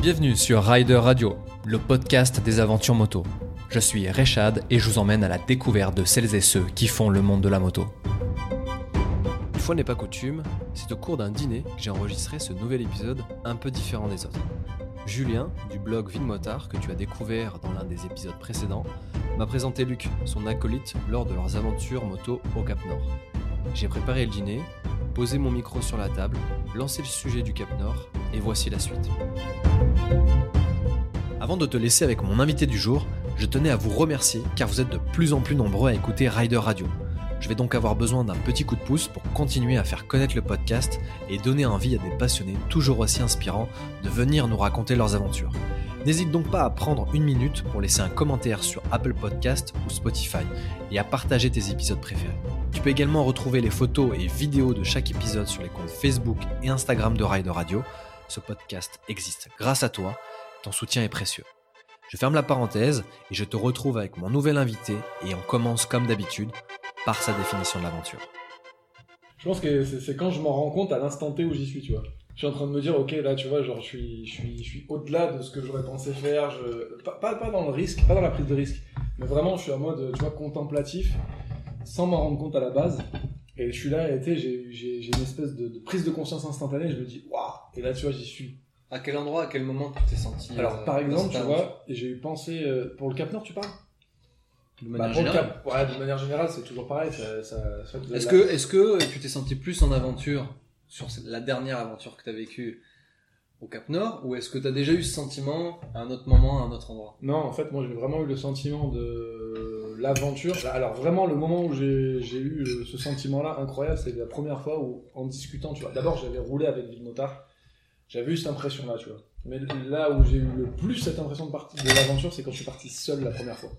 Bienvenue sur Rider Radio, le podcast des aventures moto. Je suis Rechad et je vous emmène à la découverte de celles et ceux qui font le monde de la moto. Une fois n'est pas coutume, c'est au cours d'un dîner que j'ai enregistré ce nouvel épisode un peu différent des autres. Julien, du blog Ville Motard, que tu as découvert dans l'un des épisodes précédents, m'a présenté Luc, son acolyte, lors de leurs aventures moto au Cap Nord. J'ai préparé le dîner, posé mon micro sur la table, lancé le sujet du Cap Nord, et voici la suite. Avant de te laisser avec mon invité du jour, je tenais à vous remercier car vous êtes de plus en plus nombreux à écouter Rider Radio. Je vais donc avoir besoin d'un petit coup de pouce pour continuer à faire connaître le podcast et donner envie à des passionnés toujours aussi inspirants de venir nous raconter leurs aventures. N'hésite donc pas à prendre une minute pour laisser un commentaire sur Apple Podcast ou Spotify et à partager tes épisodes préférés. Tu peux également retrouver les photos et vidéos de chaque épisode sur les comptes Facebook et Instagram de Rider Radio. Ce podcast existe grâce à toi, ton soutien est précieux. Je ferme la parenthèse et je te retrouve avec mon nouvel invité et on commence comme d'habitude par sa définition de l'aventure. Je pense que c'est c'est quand je m'en rends compte à l'instant T où j'y suis, tu vois. Je suis en train de me dire, ok, là, tu vois, genre, je suis, je suis, je suis au-delà de ce que j'aurais pensé faire. Je... Pas, pas, pas dans le risque, pas dans la prise de risque, mais vraiment, je suis en mode, tu vois, contemplatif, sans m'en rendre compte à la base. Et je suis là, et tu sais, j'ai- j'ai j'ai une espèce de, de prise de conscience instantanée. Je me dis, waouh Et là, tu vois, j'y suis. À quel endroit, à quel moment tu t'es senti euh, euh, Alors, par exemple, tu vois, j'ai eu pensé euh, pour le Cap Nord, tu parles de Bah, pour le Cap- ouais, de manière générale, c'est toujours pareil. Ça, ça- ça fait de Est-ce la- que, est-ce que tu t'es senti plus en aventure sur ce- la dernière aventure que tu as vécue au Cap Nord ou est-ce que tu as déjà eu ce sentiment à un autre moment, à un autre endroit Non, en fait, moi, j'ai vraiment eu le sentiment de l'aventure. Bah, Alors, vraiment, le moment où j'ai j'ai eu euh, ce sentiment-là incroyable, c'est la première fois où, en discutant, tu vois, d'abord, j'avais roulé avec Ville Motard. J'avais eu cette impression-là, tu vois. Mais là où j'ai eu le plus cette impression de, partie- de l'aventure, c'est quand je suis parti seul la première fois.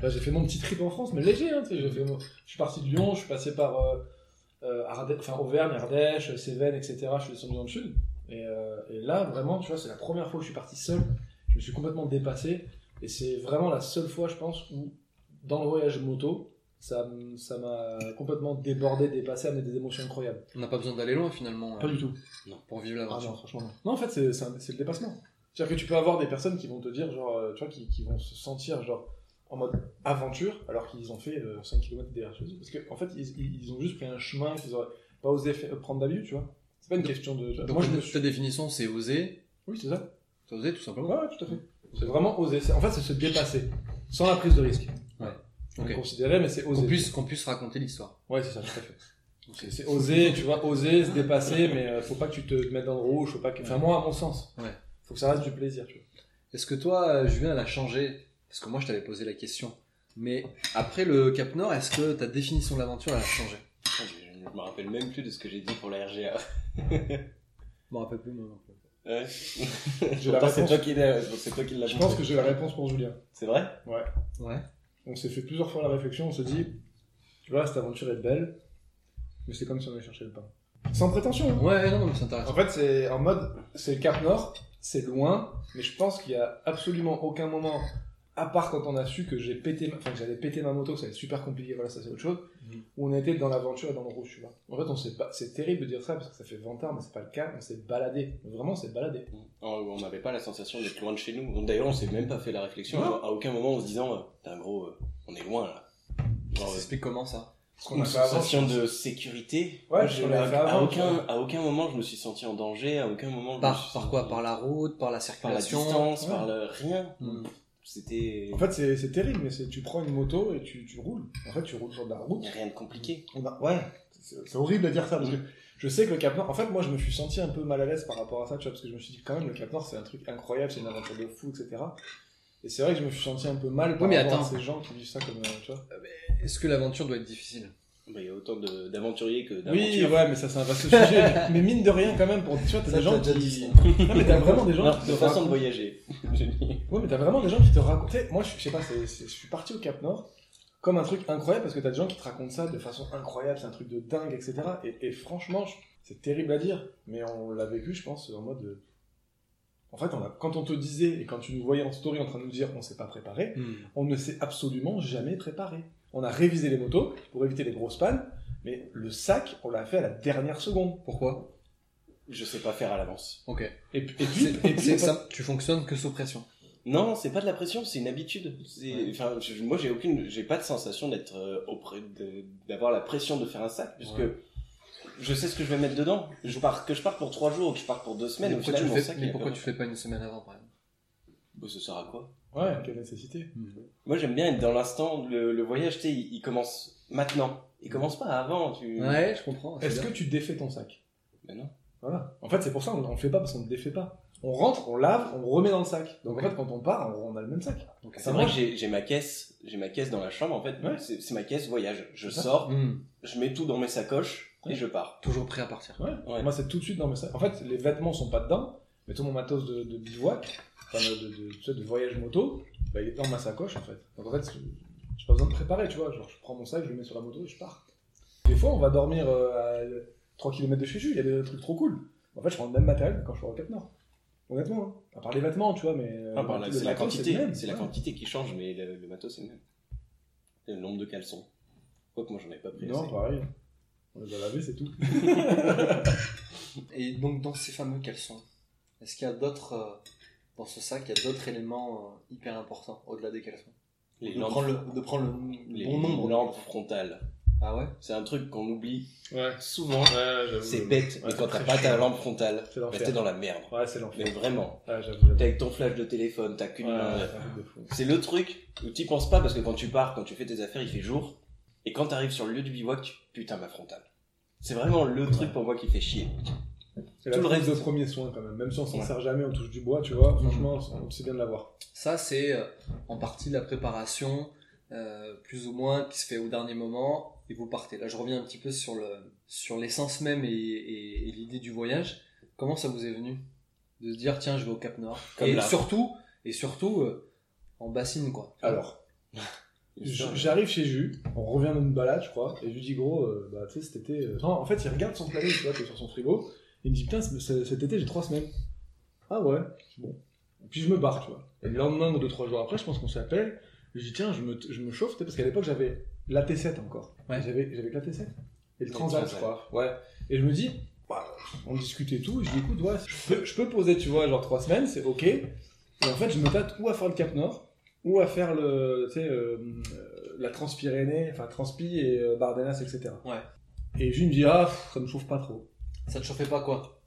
Là, j'ai fait mon petit trip en France, mais léger, hein, tu sais. j'ai fait mon- Je suis parti de Lyon, je suis passé par euh, euh, Arde- enfin, Auvergne, Ardèche, Cévennes, etc. Je suis descendu dans le sud. Et, euh, et là, vraiment, tu vois, c'est la première fois où je suis parti seul. Je me suis complètement dépassé. Et c'est vraiment la seule fois, je pense, où dans le voyage moto, ça m- ça m'a complètement débordé, dépassé, amené des émotions incroyables. On n'a pas besoin d'aller loin finalement euh, du tout. pour vivre Ah l'aventure. non, franchement, non. Non, en fait, c'est c'est un- c'est le dépassement. C'est-à-dire que tu peux avoir des personnes qui vont te dire, genre, euh, tu vois, qui, qui vont se sentir, genre, en mode aventure, alors qu'ils ont fait euh, 5 km derrière chez eux. Parce qu'en en fait, ils, ils- ils ont juste pris un chemin qu'ils auraient pas osé fa- prendre d'habitude, tu vois. C'est pas une Donc- question de. Donc, Ah Moi, je me ta suis. définition, c'est oser. Oui, c'est ça. C'est oser tout simplement. Ouais, ouais, tout à fait. C'est vraiment oser. C'est- En fait, c'est se dépasser, sans la prise de risque. Ouais. On Ok. le considérait, mais c'est oser. Qu'on puisse, qu'on puisse raconter l'histoire. Ouais, c'est ça, tout à fait. Donc, C'est- c'est- C'est oser, tu vois, oser se dépasser, mais euh, faut pas que tu te mettes dans le rouge, faut pas que. Enfin, moi, à mon sens. Ouais. Faut que ça reste du plaisir, tu vois. Est-ce que toi, euh, Julien, l'a changé Parce que moi, je t'avais posé la question. Mais après le Cap Nord, est-ce que ta définition de l'aventure, elle a changé Putain, Je, je me rappelle même plus de ce que j'ai dit pour la RGA. Je me rappelle plus moi non plus. Ouais. J'ai la Pourtant, c'est réponse. toi qui l'as. C'est toi qui l'as. Bah, Je montré. pense que j'ai la réponse pour Julien. C'est vrai. Ouais. On s'est fait plusieurs fois la réflexion, on se dit, tu vois, cette aventure est belle, mais c'est comme si on allait chercher le pain. Sans prétention, hein. Ouais, non, mais c'est intéressant. En fait, c'est en mode, c'est le Cap Nord, c'est loin, mais je pense qu'il y a absolument aucun moment, à part quand on a su que j'ai pété, ma- enfin que j'avais pété ma moto, que ça allait être super compliqué, voilà, ça c'est autre chose, Mhm. où on était dans l'aventure et dans le rouge, tu vois. En fait, on s'est pas, c'est terrible de dire ça parce que ça fait 20 ans, mais c'est pas le cas, on s'est baladé, vraiment, c'est baladé. On- Oh, On n'avait pas la sensation d'être loin de chez nous. D'ailleurs, on s'est même pas fait la réflexion Non. à aucun moment en se disant, euh, putain gros, euh, on est loin là. Ça Genre, euh, s'explique comment ça Ce qu'on une a fait avant, sensation de sécurité. Ouais, Je- on à, l'a fait à avant, tu aucun, vois. à aucun moment, je me suis senti en danger. À aucun moment. je me par, suis par senti- quoi Par la route, euh, par la Par la circulation distance, Ouais. par le rien. Hmm. C'était. En fait, c'est c'est terrible, mais c'est, tu prends une moto et tu, tu roules. En fait, tu roules sur de la route. Y a rien de compliqué. On a- Eh ben, Ouais, c'est c'est horrible à dire ça parce que je sais que le Cap Nord. En fait, moi, je me suis senti un peu mal à l'aise par rapport à ça, tu vois, parce que je me suis dit quand même le Cap Nord, c'est un truc incroyable, c'est une aventure de fou, etc. Et c'est vrai que je me suis senti un peu mal par Oui, mais rapport attends. à ces gens qui vivent ça comme, euh, tu vois. Est-ce que l'aventure doit être difficile Bah, Il y a autant de- d'aventuriers que Oui, d'aventures. ouais, mais ça, c'est un vaste sujet. mais mine de rien, quand même, pour tu vois, t'as Ça, des gens t'as déjà qui- dit ça. Non, mais t'as vraiment des gens Non, qui te de façon racontent- de voyager. Ouais, mais t'as vraiment des gens qui te racontent. tu sais, Moi, je je sais pas, c'est- c'est- je suis parti au Cap Nord comme un truc incroyable parce que t'as des gens qui te racontent ça de façon incroyable, c'est un truc de dingue, etc. Et, et franchement, je- c'est terrible à dire, mais on l'a vécu, je pense, en mode. euh, En fait, on a- quand on te disait et quand tu nous voyais en story en train de nous dire on s'est pas préparé, Hmm. on ne s'est absolument jamais préparé. On a révisé les motos pour éviter les grosses pannes, mais le sac, on l'a fait à la dernière seconde. Pourquoi je sais pas faire à l'avance. Ok. Et, puis- et puis, C'est- et puis- c'est ça. Tu fonctionnes que sous pression. Non, c'est pas de la pression, c'est une habitude. C'est- Ouais. Enfin, je- moi, j'ai aucune, j'ai pas de sensation d'être euh, auprès, de- d'avoir la pression de faire un sac, puisque Ouais. je sais ce que je vais mettre dedans. Je pars, que je pars pour trois jours, ou que je pars pour deux semaines, mais au pourquoi, final, tu, mon le fais, sac, mais il a pourquoi pas tu le fais pas une semaine avant, par exemple Bah, ça sert à quoi Ouais, quelle nécessité. Moi, j'aime bien être dans l'instant. Le, le voyage, tu sais, il, il commence maintenant. Il commence pas avant. Tu... Ouais, je comprends. c'est Est-ce bien. que tu défais ton sac Ben non. Voilà. En fait, c'est pour ça on ne le fait pas parce qu'on ne le défait pas. On rentre, on lave, on remet dans le sac. Donc Ouais. en fait, quand on part, on, on a le même sac. Ok. C'est vrai que j'ai- j'ai ma caisse, j'ai ma caisse dans la chambre en fait. Ouais. C'est c'est ma caisse voyage. Je C'est ça. sors, Hmm. je mets tout dans mes sacoches et Ouais. je pars. Toujours prêt à partir. Ouais. Ouais. Moi, c'est tout de suite dans mes sacs. En fait, les vêtements sont pas dedans, mais tout mon matos de, de bivouac, enfin de, de, de- tu sais, de voyage moto, bah, il est dans ma sacoche en fait. Donc en fait, c'est- j'ai pas besoin de préparer, tu vois. Genre, je prends mon sac, je le mets sur la moto et je pars. Des fois, on va dormir euh, à 3 km de chez lui, il y a des trucs trop cool. En fait, je prends le même matériel que quand je suis au Cap Nord. Honnêtement, hein. à part les vêtements, tu vois, mais. euh, Ah, ben là, le c'est la matos, le quantité, même. c'est la Ouais. quantité qui change, mais le, le matos c'est le même. Et Le nombre de caleçons. Quoique moi j'en ai pas pris. Non, assez. pareil. On les a lavés, c'est tout. Et donc, dans ces fameux caleçons, est-ce qu'il y a d'autres. euh, dans ce sac, il y a d'autres éléments euh, hyper importants au-delà des caleçons Les de, lampes- prendre le, de prendre le les bon nombre. lampes frontales. Ah ouais C'est un truc qu'on oublie Ouais. souvent. Ouais, C'est bête, mais Euh, Ouais, quand c'est t'as très pas ta chiant. lampe frontale, C'est bah, l'enfer. t'es dans la merde. Ouais, c'est l'enfer. Mais euh, vraiment. Ouais, j'avoue. j'avoue. T'es avec ton flash de téléphone, t'as qu'une Ouais, main. c'est un truc de fou. C'est le truc où t'y penses pas parce que quand tu pars, quand tu fais tes affaires, il fait jour. Et quand t'arrives sur le lieu du bivouac, tu- putain, ma frontale. C'est vraiment le truc pour moi qui fait chier. C'est la Tout le prise de reste. premier soin quand même. Même si on s'en Ouais. Mhm. sert jamais, on touche du bois, tu vois. Franchement, on sait bien de l'avoir. Ça, c'est euh, en partie la préparation, euh, plus ou moins, qui se fait au dernier moment, et vous partez. Là, je reviens un petit peu sur le sur l'essence même et, et- et l'idée du voyage. Comment ça vous est venu de se dire, tiens, je vais au Cap Nord Comme Et là. surtout, et surtout euh, en bassine, quoi. Ah Alors, j- j'arrive chez Jus, on revient d'une balade, je crois, et je lui dis, gros, euh, bah, tu sais, cet été. euh, Non, en fait, il regarde son planning, tu vois, qui est sur son frigo. Il me dit, putain, c'est- c'est- cet été, j'ai trois semaines. Ah ouais, bon. Et puis je me barre, tu vois. Et le lendemain ou deux, trois jours après, je pense qu'on s'appelle. Je lui dis, tiens, je me, je me chauffe, tu sais, parce qu'à l'époque, j'avais la T7 encore. Ouais. J'avais j'avais que la T7. Et le Le Transat, je Transat. crois. Ouais. Et je me dis, bah, on discute et tout. Et je dis, écoute, ouais, je peux, je peux poser, tu vois, genre trois semaines, c'est ok. Et en fait, je me tâte ou à faire le Cap Nord, ou à faire le, tu sais, euh, euh, la Transpyrénée, enfin Transpi et euh, Bardenas, etc. Ouais. Et je me dis, ah, pff, ça me chauffe pas trop. Ça te chauffait pas, quoi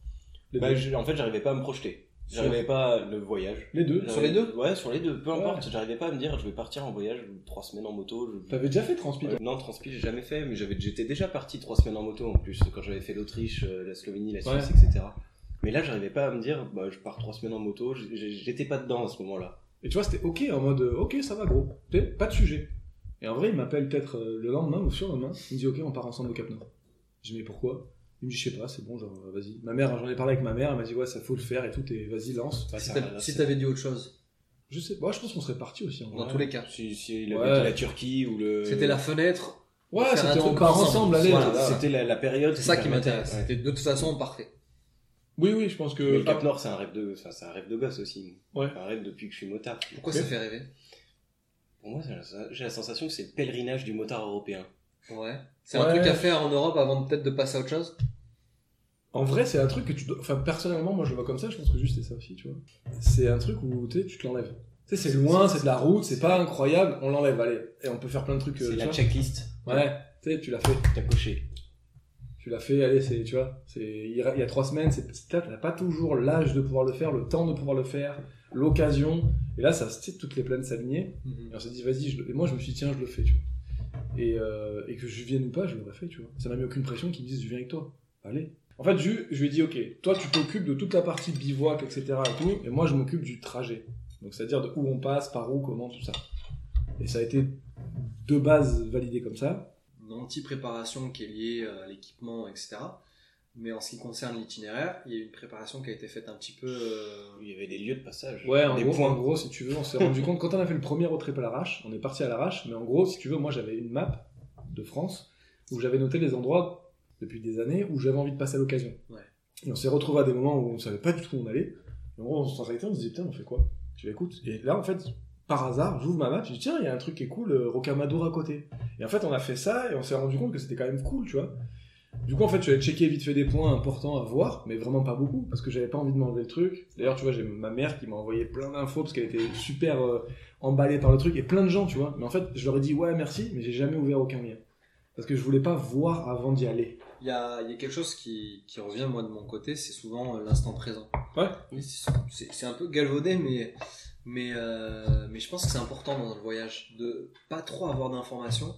Les Bah, deux. je- en fait, j'arrivais pas à me projeter. Sur- J'arrivais pas à- le voyage. Les deux. Sur les deux Ouais, sur les deux. Peu Ouais. importe, j'arrivais pas à me dire je vais partir en voyage trois semaines en moto. je- T'avais hein. déjà fait Transpi Ouais, toi Non, Transpi, j'ai jamais fait, mais j'avais- j'étais déjà parti trois semaines en moto en plus, quand j'avais fait l'Autriche, euh, la Slovénie, la Suisse, etc. Mais là, j'arrivais pas à me dire, bah, je pars trois semaines en moto, j- j- j'étais pas dedans à ce moment-là. Et tu vois, c'était ok, en mode, euh, ok, ça va gros. Tu sais, pas de sujet. Et en vrai, il m'appelle peut-être euh, le lendemain ou sur surlendemain. Il me dit, ok, on part ensemble au Cap Nord. Je dis, mais pourquoi Il me dit, je sais pas, c'est bon, genre, euh, vas-y. Ma mère, j'en ai parlé avec ma mère, elle m'a dit, ouais, ça faut le faire et tout, et vas-y, lance. Ouais, Si ça t'avais- va, Si c'est- t'avais dit autre chose, Je sais pas, je pense qu'on serait parti aussi. En dans vrai. tous les cas. Si, si il avait Ouais. dit la Turquie ou le. C'était la fenêtre. Ouais, Faire un c'était on truc part ensemble. ensemble, allez. Voilà, là, là. C'était la, la période. C'est ça qui permettait- m'intéresse. Ouais. C'était De toute façon, on partait. Oui, oui, je pense que. ah, Mais le Cap Nord, c'est un rêve de, enfin, c'est un rêve de gosse aussi. Ouais. C'est Un rêve depuis que je suis motard. Pourquoi Ok. ça fait rêver Pour moi, j'ai la- j'ai la sensation que c'est le pèlerinage du motard européen. Ouais. C'est un Ouais. truc à faire en Europe avant peut-être de passer à autre chose En vrai, c'est un truc que tu dois. Enfin, personnellement, moi je le vois comme ça, je pense que juste c'est ça aussi, tu vois. C'est un truc où tu sais, tu te l'enlèves. Tu sais, c'est loin, c'est de la route, c'est pas incroyable, on l'enlève, allez. Et on peut faire plein de trucs. euh, c'est tu la vois. checklist. Ouais, tu sais, tu l'as fait. T'as coché. Tu l'as fait, allez, c'est, tu vois, c'est, il y a il y a trois semaines, c'est, c'est- t'as pas toujours l'âge de pouvoir le faire, le temps de pouvoir le faire, l'occasion. Et là, ça, tu sais, toutes les plaines s'alignaient. Mhm. Et on s'est dit, vas-y, je le- et moi, je me suis dit, tiens, je le fais, tu vois. Et, euh, et que je vienne ou pas, je l'aurais fait, tu vois. Ça m'a mis aucune pression qu'ils me disent, je viens avec toi. Allez. En fait, je, je lui ai dit, ok, toi, tu t'occupes de toute la partie bivouac, etc. et tout, et moi, je m'occupe du trajet. Donc, c'est-à-dire de où on passe, par où, comment, tout ça. Et ça a été de base validé comme ça. une anti-préparation qui est liée euh, à l'équipement, etc. Mais en ce qui concerne l'itinéraire, il y a une préparation qui a été faite un petit peu. euh, Il y avait des lieux de passage. Ouais, en des gros, en points. gros, si tu veux, on s'est rendu compte, quand on a fait le premier road trip à l'arrache, on est parti à l'arrache, mais en gros, si tu veux, moi, j'avais une map de France où j'avais noté les endroits depuis des années où j'avais envie de passer à l'occasion. Ouais. Et on s'est retrouvé à des moments où on savait pas du tout où on allait. Et en gros, on s'arrêtait, on se disait, putain, on fait quoi Tu vas écoute. Et là, en fait, par hasard, j'ouvre ma map, je dis, tiens, il y a un truc qui est cool, euh, Rocamadour à côté. Et en fait, on a fait ça et on s'est rendu compte que c'était quand même cool, tu vois. Du coup, en fait, je vais checker vite fait des points importants à voir, mais vraiment pas beaucoup, parce que j'avais pas envie de m'enlever le truc. D'ailleurs, tu vois, j'ai ma mère qui m'a envoyé plein d'infos, parce qu'elle était super euh, emballée par le truc, et plein de gens, tu vois. Mais en fait, je leur ai dit, ouais, merci, mais j'ai jamais ouvert aucun lien. Parce que je voulais pas voir avant d'y aller. Il y a, il y a quelque chose qui, qui revient, moi, de mon côté, c'est souvent euh, l'instant présent. Ouais. Mais C'est c'est- c'est un peu galvaudé, mais, mais, euh, mais je pense que c'est important dans le voyage de pas trop avoir d'informations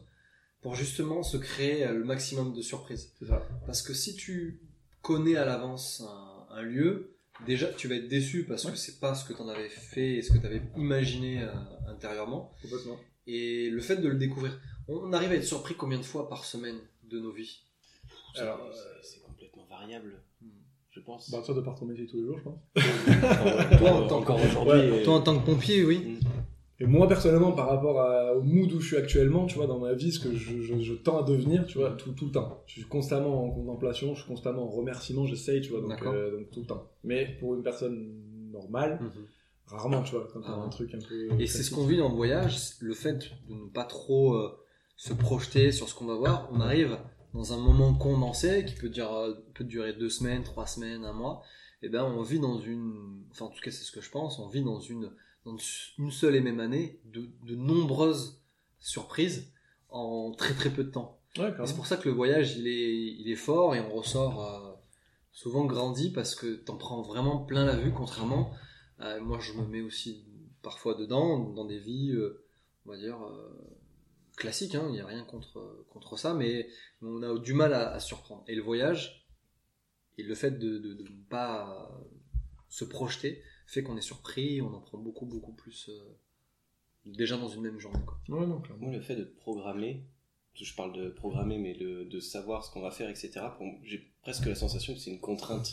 pour justement se créer euh, le maximum de surprises. C'est ça. Parce que si tu connais à l'avance un, un lieu, déjà tu vas être déçu parce Ouais. que c'est pas ce que t'en avais fait et ce que t'avais imaginé euh, intérieurement. Complètement. Et le fait de le découvrir, on arrive à être surpris combien de fois par semaine de nos vies Alors, C'est- c'est complètement variable, je pense. Bah, toi, de par ton métier tous les jours, je pense. toi, en tant Hmm. encore que- aujourd'hui. euh, Hmm. Toi en tant que pompier, oui. Et moi, personnellement, par rapport à- au mood où je suis actuellement, tu vois, dans ma vie, ce que je, je- je tends à devenir, tu vois, tout, tout le temps. Je suis constamment en contemplation, je suis constamment en remerciement, j'essaye, tu vois, donc, D'accord. euh, donc tout le temps. Mais pour une personne normale, Mm-hmm. rarement, tu vois, quand t'as Ah. un truc un peu. Et c'est ce qu'on vit en voyage, c'est le fait de ne pas trop euh, se projeter sur ce qu'on va voir, on arrive dans un moment condensé qui peut, dire, euh, peut durer deux semaines, trois semaines, un mois. Et ben on vit dans une, enfin en tout cas c'est ce que je pense, on vit dans une, dans une seule et même année de, de nombreuses surprises en très très peu de temps. Ouais, Et quand C'est même. pour ça que le voyage, il est, il est fort et on ressort euh, souvent grandi parce que t'en prends vraiment plein la vue, contrairement. à- moi, je me mets aussi parfois dedans, dans des vies, euh, on va dire, euh, classiques, hein, il n'y a rien contre, contre ça, mais on a du mal à, à se surprendre. Et le voyage, et le fait de de- de ne pas euh, se projeter, fait qu'on est surpris, on en prend beaucoup, beaucoup plus euh, déjà dans une même journée. quoi. Ouais, non, clairement. Moi, le fait de programmer, je parle de programmer, mais de, de savoir ce qu'on va faire, etc., pour moi, j'ai presque la sensation que c'est une contrainte.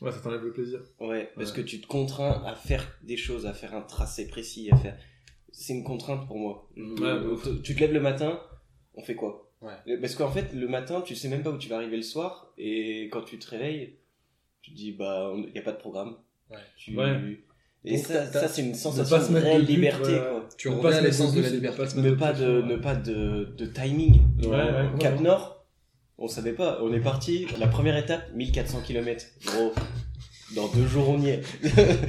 Ouais, ça t'enlève le plaisir. Ouais, parce Ouais. que tu te contrains à faire des choses, à faire un tracé précis, à faire. C'est une contrainte pour moi. Mmh. Ouais, de ouf. Tu- tu te lèves le matin, on fait quoi Ouais. Parce qu'en fait, le matin, tu sais même pas où tu vas arriver le soir, et quand tu te réveilles, tu te dis, bah, il n'y a pas de programme. Ouais. Tu- Ouais. Et Donc, ça, t'as- t'as- ça, c'est une de sensation pas se de mettre réelle de but, liberté, ouais. quoi. Tu Ne reviens pas à se mettre l'essence de but, la c'est de liberté. pas se mettre ne pas pression, de, ouais. ne pas de, de timing. Ouais, ouais, ouais, Cap ouais. Nord, on savait pas, on est parti, la première étape, 1400 km. Gros, dans deux jours on y est.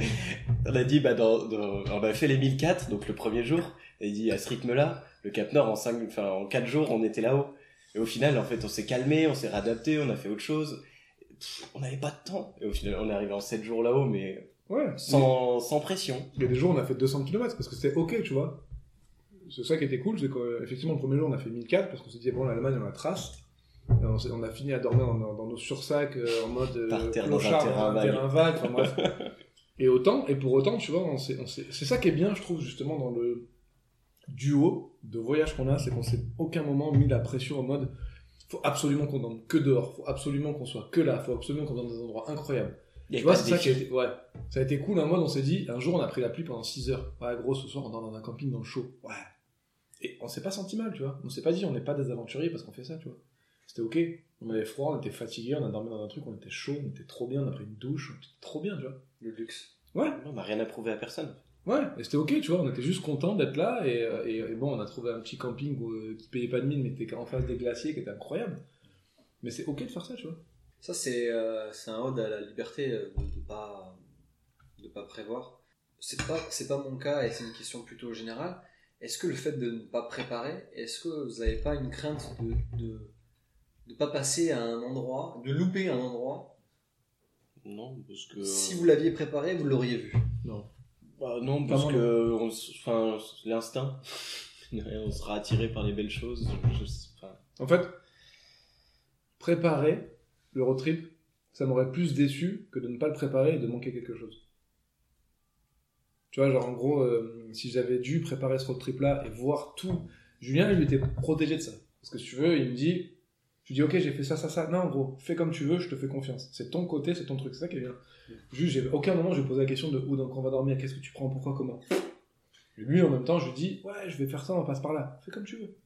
on a dit, bah, dans, dans- on a fait les 1400, donc le premier jour, et il dit, à ce rythme-là, le Cap Nord, en, cinq, enfin, en quatre jours, on était là-haut. Et au final, en fait, on s'est calmé, on s'est réadapté, on a fait autre chose. Pff, on n'avait pas de temps. Et au final, on est arrivé en 7 jours là-haut, mais Ouais. sans, sans pression. Il y a des jours, on a fait 200 km parce que c'était ok, tu vois. C'est ça qui était cool, c'est qu'effectivement, le premier jour, on a fait 1004 parce qu'on s'est dit, bon, l'Allemagne, on la trace. Et on, s'est- on a fini à dormir dans, dans- dans nos sursacs euh, en mode euh, Par terre, dans un clochard, terrain vague. terrain vague. enfin, bref. et, autant, et pour autant, tu vois, on s'est- on s'est- c'est ça qui est bien, je trouve, justement, dans le duo de voyage qu'on a, c'est qu'on s'est aucun moment mis la pression en mode faut absolument qu'on dorme que dehors, faut absolument qu'on soit que là, faut absolument qu'on soit dans des endroits incroyables. Il Tu y avait vois, pas de c'est ça qui défi. a été, ouais. Ça a été cool, un mois, on s'est dit, un jour, on a pris la pluie pendant 6 heures. Ouais, gros, ce soir, on dort dans un camping dans le chaud. Ouais. Et on s'est pas senti mal, tu vois. On s'est pas dit, on n'est pas des aventuriers parce qu'on fait ça, tu vois. C'était ok. On avait froid, on était fatigué, on a dormi dans un truc, on était chaud, on était trop bien, on a pris une douche, on était trop bien, tu vois. Le luxe. On n'a rien à prouver à personne. Ouais, et c'était ok, tu vois, on était juste content d'être là, et, euh, et, et bon, on a trouvé un petit camping où, euh, qui payait pas de mine, mais qui était en face des glaciers, qui était incroyable. Mais c'est ok de faire ça, tu vois. Ça, c'est euh, c'est un ode à la liberté euh, de ne pas, de pas prévoir. C'est pas, c'est pas mon cas et c'est une question plutôt générale. Est-ce que le fait de ne pas préparer, est-ce que vous n'avez pas une crainte de ne de, de pas passer à un endroit, de louper un endroit Non, parce que. Si vous l'aviez préparé, vous l'auriez vu. Bah non, Pas parce moi, que on s- enfin, l'instinct, on sera attiré par les belles choses. je- je- enfin, En fait, préparer le road trip, ça m'aurait plus déçu que de ne pas le préparer et de manquer quelque chose. Tu vois, genre en gros, euh, si j'avais dû préparer ce road trip là et voir tout, Julien, lui, il était protégé de ça. Parce que si tu veux, il me dit, tu dis, ok, j'ai fait ça, ça, ça. Non, gros, fais comme tu veux, je te fais confiance. C'est ton côté, c'est ton truc, c'est ça qui est bien. Juste, j'ai- à aucun moment, je lui posais la question de où, donc on va dormir, qu'est-ce que tu prends, pourquoi, comment. Lui, en même temps, je lui dis, ouais, je vais faire ça, on passe par là. Fais comme tu veux.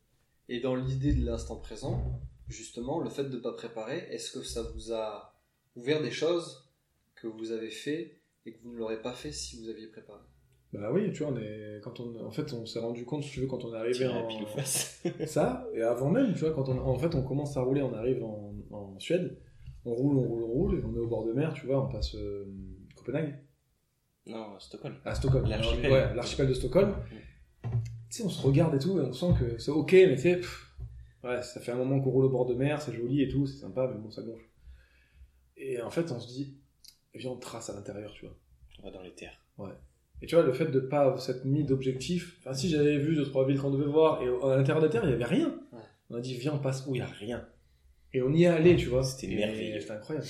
Et dans l'idée de l'instant présent, justement, le fait de ne pas préparer, est-ce que ça vous a ouvert des choses que vous avez fait et que vous ne l'aurez pas fait si vous aviez préparé Bah oui, tu vois, on est... quand on... en fait, on s'est rendu compte, si tu veux, quand ben, on est arrivé Tirer la en... pile ou face. ça, et avant même, tu vois, quand on... en fait, on commence à rouler, on arrive en, en Suède, on roule, on roule, on roule, et on est au bord de mer, tu vois, on passe euh, Copenhague, Non, Stockholm. à Stockholm, L'archipel. Ouais, l'archipel de Stockholm. Tu sais, on se regarde et tout, et on sent que c'est ok, mais tu sais, pff, ouais, ça fait un moment qu'on roule au bord de mer, c'est joli et tout, c'est sympa, mais bon, ça gonfle. Et en fait, on se dit, viens, on trace à l'intérieur, tu vois. On va dans les terres. Et tu vois, le fait de pas s'être mis d'objectif, enfin, si j'avais vu deux, trois villes qu'on devait voir, et au- à l'intérieur de la Terre, il y avait rien. Ouais. On a dit, viens, on passe où il y a rien. Et on y est allé, tu vois. C'était Et merveilleux. C'était incroyable.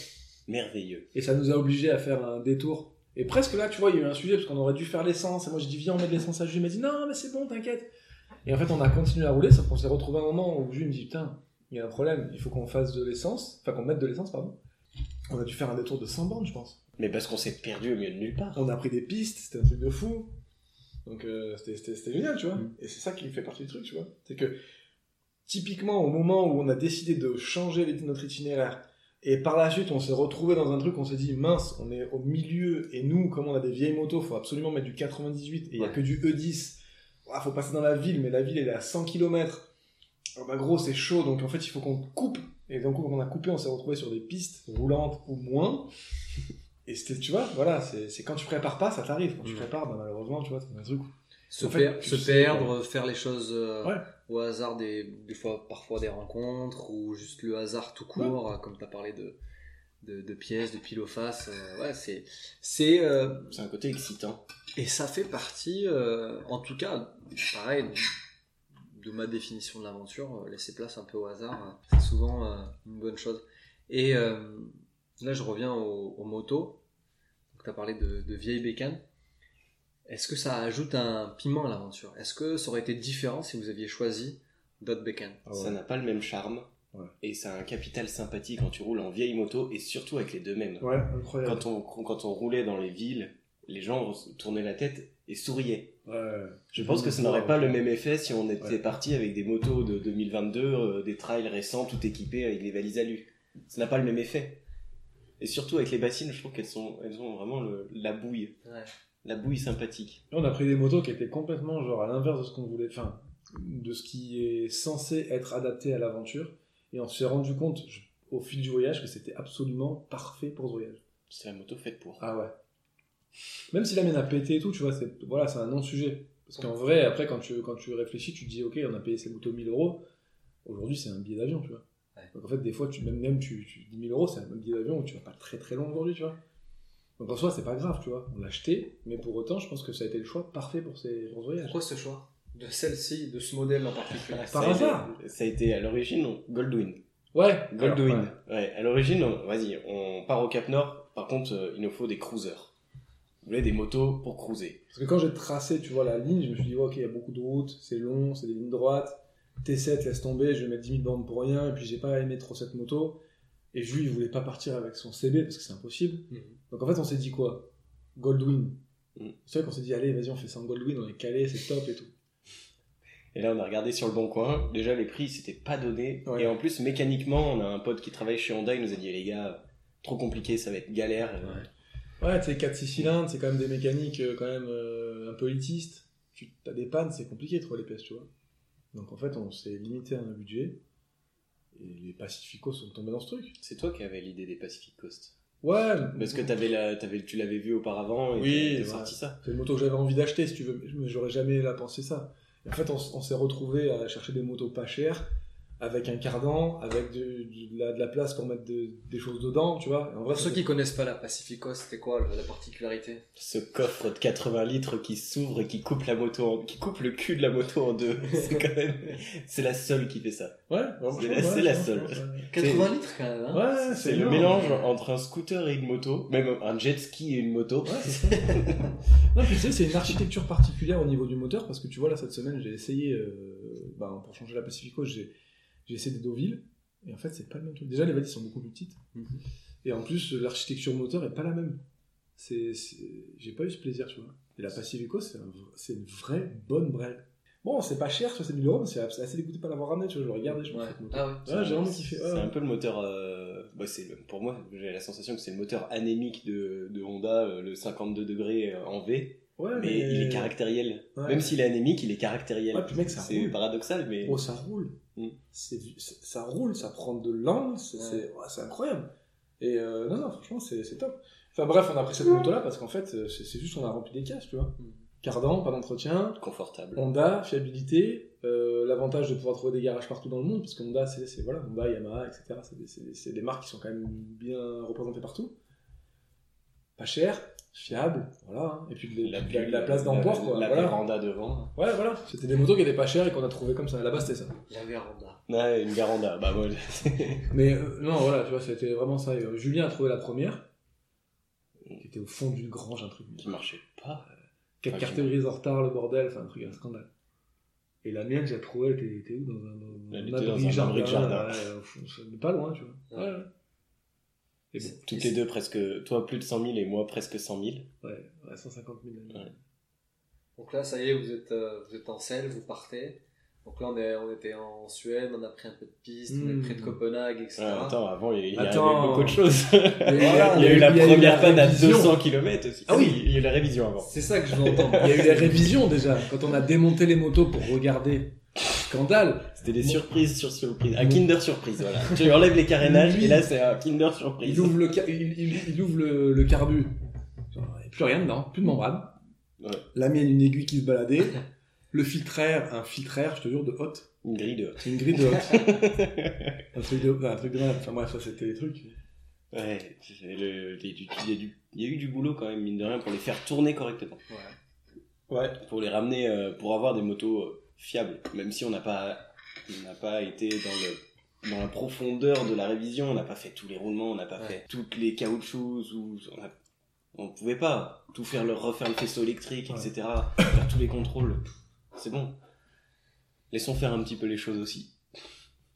Merveilleux. Et ça nous a obligés à faire un détour. Et presque là, tu vois, il y a eu un sujet, parce qu'on aurait dû faire l'essence. Et moi, j'ai dit, viens, on met de l'essence à Jules. Il m'a dit, non, mais c'est bon, t'inquiète. Et en fait, on a continué à rouler, sauf qu'on s'est retrouvé à un moment où Jules me dit, putain, il y a un problème, il faut qu'on fasse de l'essence, enfin, qu'on mette de l'essence, pardon. On a dû faire un détour de 100 bornes, je pense. Mais parce qu'on s'est perdu au milieu de nulle part. On a pris des pistes, c'était un truc de fou. Donc euh, c'était- c'était c'était génial, tu vois. Et c'est ça qui fait partie du truc, tu vois. C'est que typiquement au moment où on a décidé de changer les- notre itinéraire, et par la suite on s'est retrouvé dans un truc, on s'est dit mince, on est au milieu, et nous, comme on a des vieilles motos, faut absolument mettre du 98, et il y a Ouais. que du E E10. Ah, faut passer dans la ville, mais la ville elle est à 100 km. bah gros, c'est chaud, donc en fait il faut qu'on coupe. Et donc on a coupé, on s'est retrouvé sur des pistes roulantes ou moins. Et c'était, tu vois, voilà, c'est c'est quand tu prépares pas, ça t'arrive. Quand tu Mm. prépares, bah, malheureusement, tu vois, c'est un truc. où- se, En fait, per- tu se sais- perdre, faire les choses euh, Ouais. au hasard des, des fois, parfois des rencontres ou juste le hasard tout court, euh, comme tu as parlé de, de, de pièces, de pile au face. euh, ouais, c'est, c'est, euh, C'est un côté excitant. et ça fait partie, euh, en tout cas, pareil, de ma définition de l'aventure, euh, laisser place un peu au hasard, euh, c'est souvent euh, une bonne chose. Et euh, là, je reviens aux, aux motos. Tu as parlé de, de vieilles bécanes. Est-ce que ça ajoute un piment à l'aventure Est-ce que ça aurait été différent si vous aviez choisi d'autres bécanes Ça n'a pas le même charme. Ah Ouais. Et ça a un capital sympathie quand tu roules en vieille moto et surtout avec les deux mêmes. Ouais, incroyable. Quand, on, quand on roulait dans les villes, les gens tournaient la tête et souriaient. Ouais. Je pense que ça n'aurait pas le même effet si on était Ouais. parti avec des motos de 2022, euh, des trails récents, tout équipés avec des valises alu. Ça n'a pas le même effet. Et surtout avec les bassines, je trouve qu'elles sont, elles ont vraiment le- la bouille, la bouille sympathique. Et On a pris des motos qui étaient complètement, genre, à l'inverse de ce qu'on voulait, enfin, de ce qui est censé être adapté à l'aventure. Et on s'est rendu compte, je- au fil du voyage, que c'était absolument parfait pour ce voyage. C'est la moto faite pour. Ah ouais. Même si la mienne a pété et tout, tu vois, c'est voilà, c'est un non-sujet. Parce qu'en vrai, après, quand tu, quand tu réfléchis, tu te dis, ok, on a payé ces motos 1000 euros. Aujourd'hui, c'est un billet d'avion, tu vois. Ouais. Donc en fait, des fois, tu, même, même tu, tu dis 1000 euros, c'est un billet d'avion où tu vas pas très très long aujourd'hui, tu vois. Donc en soi, c'est pas grave, tu vois. On l'a acheté, mais pour autant, je pense que ça a été le choix parfait pour ces pour ce voyage. Pourquoi ce choix De celle-ci, de ce modèle en particulier Ah, Ça Par a été- hasard. Ça a été à l'origine on- Goldwyn. Ouais, Goldwyn. Alors, ouais. ouais. à l'origine, on- vas-y, on part au Cap Nord. Par contre, euh, il nous faut des cruisers. Vous voulez des motos pour cruiser. Parce que quand j'ai tracé, tu vois, la ligne, je me suis dit, ouais, ok, il y a beaucoup de routes, c'est long, c'est des lignes droites. T7, laisse tomber, je vais mettre 10 000 bornes pour rien. Et puis, j'ai pas aimé trop cette moto. Et Jules, il voulait pas partir avec son CB parce que c'est impossible. Mhm. Donc, en fait, on s'est dit quoi Goldwyn. Mhm. C'est vrai qu'on s'est dit, allez, vas-y, on fait ça en Goldwyn, on est calé, c'est top et tout. Et là, on a regardé sur le bon coin. Déjà, les prix, c'était pas donné. Ouais. Et en plus, mécaniquement, on a un pote qui travaille chez Honda. Il nous a dit, Eh, les gars, trop compliqué, ça va être galère. Ouais, tu sais, 4-6 cylindres, c'est quand même des mécaniques euh, quand même euh, un peu élitistes. Tu as des pannes, c'est compliqué de trouver les pièces, tu vois. Donc, en fait, on s'est limité à un budget. Et les Pacificos sont tombés dans ce truc. C'est toi qui avais l'idée des Pacific Coast. Ouais, Parce que t'avais la, t'avais, tu l'avais vu auparavant et Oui, t'as- t'as ouais. sorti ça. C'est une moto que j'avais envie d'acheter, si tu veux, mais j'aurais jamais là pensé ça. Et en fait, on, s- on s'est retrouvé à chercher des motos pas chères, avec un cardan, avec du- du- de, la, de la place pour mettre de- des choses dedans, tu vois. Et en vrai, Pour ceux qui connaissent pas la Pacifico, c'était quoi le- la particularité Ce coffre de 80 litres qui s'ouvre et qui coupe la moto en- qui coupe le cul de la moto en deux. c'est quand même, c'est la seule qui fait ça. Ouais, vraiment, C'est je la- trouve, c'est ouais, la je seule. pense, ouais. 80 litres quand même. hein Ouais, C'est le énorme. mélange entre un scooter et une moto, même un jet ski et une moto. Ouais, c'est ça. non, puis tu sais, c'est une architecture particulière au niveau du moteur, parce que tu vois, là, cette semaine, j'ai essayé, euh, ben, pour changer la Pacifico, j'ai j'ai essayé des Deauville, et en fait, c'est pas le même truc. Déjà, les valises sont beaucoup plus petites, Mhm. Mm-hmm. et en plus, l'architecture moteur est pas la même. C'est, c'est- j'ai pas eu ce plaisir, tu vois. Et la Pacifico, c'est un v- c'est une vraie bonne brève. Bon, c'est pas cher, tu vois, c'est 1000 euros, mais c'est abs- assez dégoûté de pas l'avoir ramené, tu vois, je le regardais, je me Ouais. fais cette moto. Ah ouais. Ouais, j'ai vraiment kiffé. ouais, C'est un ouais. peu le moteur. euh, bah, c'est le- pour moi, j'ai la sensation que c'est le moteur anémique de, de Honda, euh, le 52 degrés euh, en V. Ouais, mais il est caractériel. Ouais. Même s'il est anémique, il est caractériel. Ouais, puis mec, ça c'est roule. paradoxal, mais Oh, ça roule. Mm. C'est du- c'est- ça roule, ça prend de l'angle, c'est c'est- ouais, c'est incroyable. Et euh, non, non, franchement, c'est c'est top. Enfin bref, on a pris cette moto-là parce qu'en fait, euh, c'est c'est juste qu'on a rempli des cases, tu vois. Mm. Cardan, pas d'entretien, confortable. Honda, fiabilité, euh, l'avantage de pouvoir trouver des garages partout dans le monde, parce que Honda, c'est c'est- voilà, Honda, Yamaha, etc. C'est des, c'est des- c'est des marques qui sont quand même bien représentées partout. Pas cher, fiable, voilà. hein. Et puis de, la, de la- de la place d'emport, quoi. La voilà. véranda devant. Ouais, voilà. C'était des motos qui étaient pas chères et qu'on a trouvé comme ça. Là-bas, c'était ça. La véranda. Ouais, une garanda, bah voilà. Mais euh, non, voilà, tu vois, c'était vraiment ça. Et, euh, Julien a trouvé la première, qui était au fond d'une grange, un truc. qui marchait pas. Quatre Enfin, cartographies en retard, le bordel, enfin un truc, un scandale. Et la mienne, j'ai trouvé, elle était, était où Dans un, dans Elle était dans un abri de jardin. ouais, au fond, c'est pas loin, tu vois. Ouais. Ouais, ouais. Et bon, Toutes les deux presque, toi plus de 100 000 et moi presque 100 000. ouais, ouais, 150 000 l'année. Ouais. Donc là, ça y est, vous êtes, euh, vous êtes en selle, vous partez. Donc là, on, est, on était en Suède, on a pris un peu de piste, on Mm. est près de Copenhague, etc. Ouais, attends, avant il y, a Ah. Attends. eu beaucoup de choses. Mais il y a eu la il y a eu première panne à révision. 200 km aussi. Ah oui. il y a eu la révision avant. C'est ça que je veux entendre. Il y a eu les révisions déjà, quand on a démonté les motos pour regarder. Scandale C'était des Bon. surprises sur surprises. Un Kinder surprise, voilà. tu enlèves les carénages Lui. et là c'est un Kinder surprise. Il ouvre le, ca- il, il- il ouvre le, le carbu. Genre, il y a Plus rien dedans, plus de membrane. Ouais. La mienne, une aiguille qui se baladait. Le filtre air, un filtre air, je te jure, de haute. Une grille de. C'est une grille de haute. un truc de un truc de malade. Enfin bref, ça c'était les trucs. Ouais, c'est le- il y a du- il y, a du- il y a eu du boulot quand même, mine de rien, pour les faire tourner correctement. Ouais. Ouais. Pour les ramener, euh, pour avoir des motos euh, fiables. Même si on n'a pas, on n'a pas été dans le dans la profondeur de la révision, on n'a pas fait tous les roulements, on n'a pas Ouais. fait toutes les caoutchoucs, ou on a- on pouvait pas tout faire, le refaire le faisceau électrique, Ouais. etc. Faire tous les contrôles, c'est bon. Laissons faire un petit peu les choses aussi.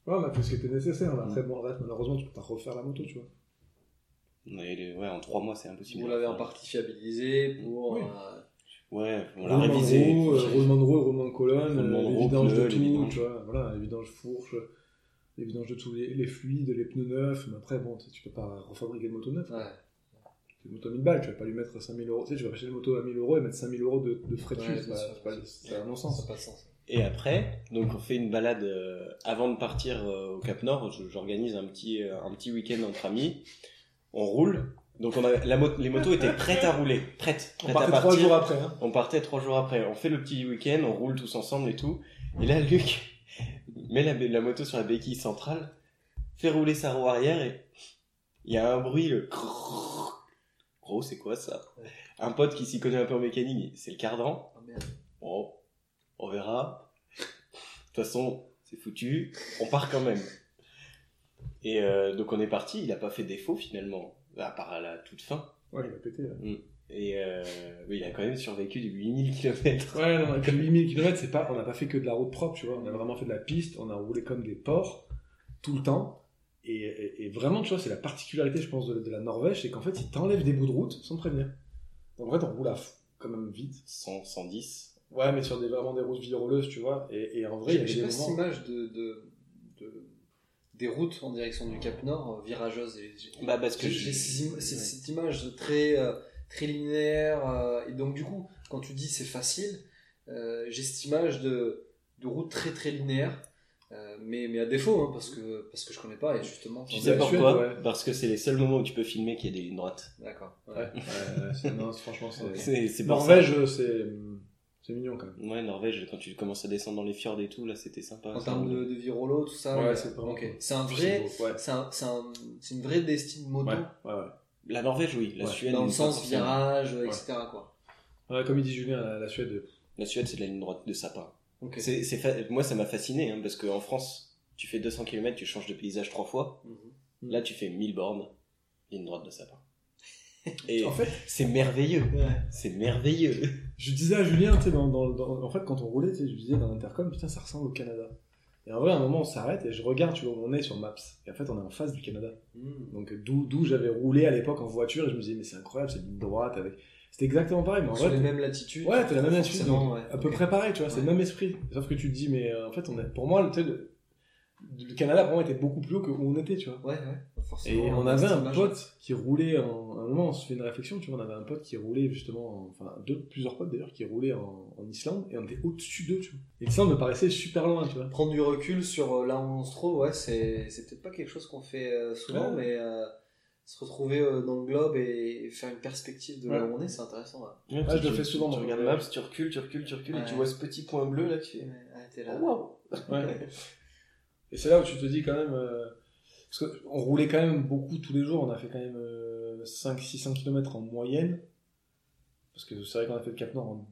Ouais, on a fait ce qui était nécessaire. là. Après, bon, en fait, malheureusement, tu peux pas refaire la moto, tu vois. On a eu les- ouais, en trois mois, c'est impossible. Vous l'avez en partie fiabilisé pour. Oui. euh, Ouais, on l'a Roulement de révisé. roue, euh, roulement de roue, roulement de colonne, Roulement de euh, les roue, vidanges pneus, de les tout, vidanges. tu vois. Voilà, les vidanges fourches, les vidanges de tous les, les fluides, les pneus neufs. Mais après, bon, tu tu peux pas refabriquer une moto neuve. ouais. C'est une moto à 1000 balles, tu vas pas lui mettre 5000 euros. Tu sais, tu vas acheter une moto à 1000 euros et mettre 5000 euros de, de frais Ouais, dessus. C'est bien pas- sûr. c'est pas- C'est un Ça n'a non-sens. pas de sens. Et après, donc on fait une balade euh, avant de partir euh, au Cap Nord. je- J'organise un petit euh, un petit week-end entre amis. On roule. Donc on a, la mo- les motos étaient prêtes à rouler, prêtes, On prêtes à partait partir. trois jours après. Hein. On partait trois jours après. On fait le petit week-end, on roule tous ensemble et tout. Et là, Luc met la, la moto sur la béquille centrale, fait rouler sa roue arrière et il y a un bruit. Le... crrrr. Gros, c'est quoi ça Un pote qui s'y connaît un peu en mécanique, c'est le cardan. Ah, merde. Bon, on verra. De toute façon, c'est foutu. On part quand même. Et euh, donc on est parti. Il n'a pas fait défaut finalement, à part à la toute fin. Ouais, il va péter. Là. Et euh, mais il a quand même survécu de 8000 km. Ouais, non, et puis 8000 km, c'est pas, on n'a pas fait que de la route propre, tu vois. On a vraiment fait de la piste, on a roulé comme des porcs tout le temps. Et, et- et vraiment, tu vois, c'est la particularité, je pense, de, de la Norvège, c'est qu'en fait, ils t'enlèvent des bouts de route sans te prévenir. Donc, en fait, on roule à f- quand même vite. 100, 110. Ouais, mais sur des, vraiment des routes viroleuses, tu vois. Et, et en vrai, il y J'ai a j'ai des pas cette moments. image de, de, de- des routes en direction du Cap Nord euh, virageuses. et- j'ai- Bah parce que J'ai je- j'ai ces im- ces- Ouais. cette image très, euh, très linéaire. euh, et donc, du coup, quand tu dis c'est facile, euh, j'ai cette image de, de route très très linéaire. euh, mais, mais à défaut, hein, parce, que, parce que je connais pas. Et justement, Tu j'en sais ai- la Suède, pourquoi ouais. Parce que c'est les seuls moments où tu peux filmer qu'il y a des lignes droites. D'accord. ouais. Ouais, ouais, c'est- non, c'est- franchement, c'est. C'est c'est pour Norvège, euh, c'est c'est mignon quand même. ça. Ouais, Norvège, quand tu commences à descendre dans les fjords et tout, là c'était sympa. En Ça, termes on- de, de virolo, tout ça. Ouais, euh, c'est vraiment- ok. C'est un C'est vrai. beau, Ouais, C'est un- c'est un- c'est une vraie destinée moto. ouais, ouais, ouais. La Norvège, oui. La Ouais. Suède, dans le pas sens forcément. virage, euh, etc. Quoi. Ouais, comme il dit Julien, la, la Suède. La Suède, c'est de la ligne droite de sapin. Ok. C'est, c'est fa- Moi, ça m'a fasciné, hein, parce qu'en France, tu fais 200 km, tu changes de paysage trois fois. Mhm. Là, tu fais 1000 bornes, ligne droite de sapin. Et En fait, c'est merveilleux. C'est merveilleux. Je disais à Julien, tu sais, dans, dans- dans- en fait, quand on roulait, tu sais, je disais dans l'intercom, putain, ça ressemble au Canada. Et en vrai, à un moment, on s'arrête et je regarde, tu vois, où on est sur Maps. Et en fait, on est en face du Canada. Mhm. Donc, d'où, d'où j'avais roulé à l'époque en voiture et je me disais, mais c'est incroyable, c'est une droite avec. C'était exactement pareil, mais en Sur vrai, les t'es- mêmes latitudes. Ouais, t'as la même attitude, forcément, ouais. à peu Ok. près pareil, tu vois, c'est Ouais. le même esprit. Sauf que tu te dis, mais euh, en fait, on est, pour moi, tu sais, le- le Canada pour moi était beaucoup plus haut que où on était, tu vois. Ouais, ouais, forcément. Et on avait cette un image. pote qui roulait en. À un moment, on se fait une réflexion, tu vois, on avait un pote qui roulait justement, en- enfin, deux, plusieurs potes d'ailleurs, qui roulaient en, en Islande, et on était au-dessus d'eux, tu vois. Et l'Islande me paraissait super loin, tu vois. Prendre du recul sur euh, là où on se trouve, ouais, c'est c'est peut-être pas quelque chose qu'on fait euh, souvent, Ouais. mais euh, se retrouver euh, dans le globe et et faire une perspective de là où on est, c'est intéressant. ouais. Ah, je le fais souvent, Tu moi. regardes Maps, tu recules, tu recules, tu recules, et Ouais. tu vois ce petit point bleu là, tu Ouais, fais. ouais, t'es Oh, là. wow. Et c'est là où tu te dis quand même. euh, parce qu'on roulait quand même beaucoup tous les jours, on a fait quand même euh, 5-600 km en moyenne. Parce que c'est vrai qu'on a fait le Cap Nord en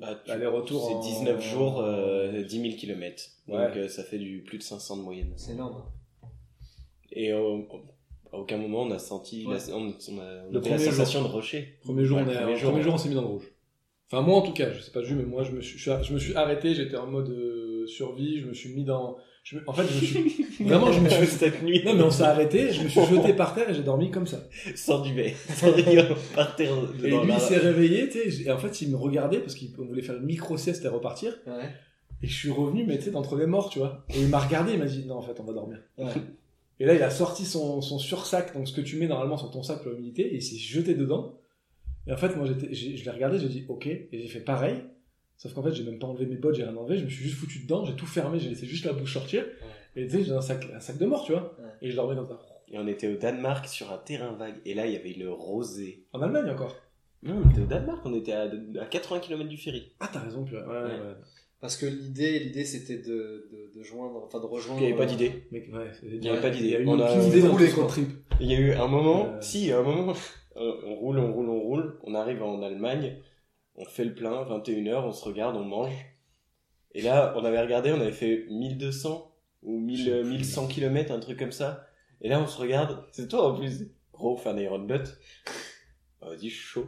Bah, tu- Aller-retour en- C'est 19 jours, euh, 10 000 km. Donc Ouais. euh, ça fait du plus de 500 de moyenne. C'est énorme. hein. Et euh, à aucun moment on a senti la, on, on a, Le on avait la premier jour. sensation de rocher. Premier jour, Ouais, on est- premier premier jour. jour, on s'est mis dans le rouge. Enfin, moi en tout cas, je sais pas Jules, mais moi je me suis, je suis- je me suis arrêté, j'étais en mode euh, survie, je me suis mis dans. je me- en fait, je me suis. Vraiment, je me suis. cette nuit. Non, mais on s'est arrêté, je me suis jeté par terre et j'ai dormi comme ça. Sans duvet. Sans duvet, par terre. Et dans lui, la- il s'est réveillé, tu sais, et en fait, il me regardait parce qu'on voulait faire une micro-sieste et repartir. Ouais. Et je suis revenu, mais tu sais, d'entre les morts, tu vois. Et il m'a regardé, il m'a dit, non, en fait, on va dormir. Ouais. Et là, il a sorti son, son sursac, donc ce que tu mets normalement sur ton sac pour l'humidité, et il s'est jeté dedans. Et en fait, moi, j'étais, j'ai- je l'ai regardé, j'ai dit, ok, et j'ai fait pareil. Sauf qu'en fait, j'ai même pas enlevé mes bottes, j'ai rien enlevé, je me suis juste foutu dedans, j'ai tout fermé, j'ai laissé juste la bouche sortir. Et tu sais, j'ai un sac, un sac de mort, tu vois. Ouais. Et je dormais comme ça. Et on était au Danemark sur un terrain vague. Et là, il y avait une rosée. En Allemagne encore. Non, on était au Danemark, on était à, à 80 km du ferry. Ah, t'as raison, purée. Ouais, ouais, Ouais. ouais. Parce que l'idée, l'idée, c'était de, de, de joindre, enfin de rejoindre. euh, Il n'y avait pas d'idée. Mec, ouais, c'est- y avait pas d'idée. Il y a eu On une a- petite idée dans Déroulé, tout son quoi. trip. Il y a eu un moment, Euh. si, un moment, euh, on roule, on roule, on roule, on arrive en Allemagne, on fait le plein, 21h, on se regarde, on mange. Et là, on avait regardé, on avait fait 1200 ou 1000, euh, 1100 km, un truc comme ça. Et là, on se regarde, c'est toi en plus, gros fan d'Iron Butt. Ah, Vas-y, je suis chaud.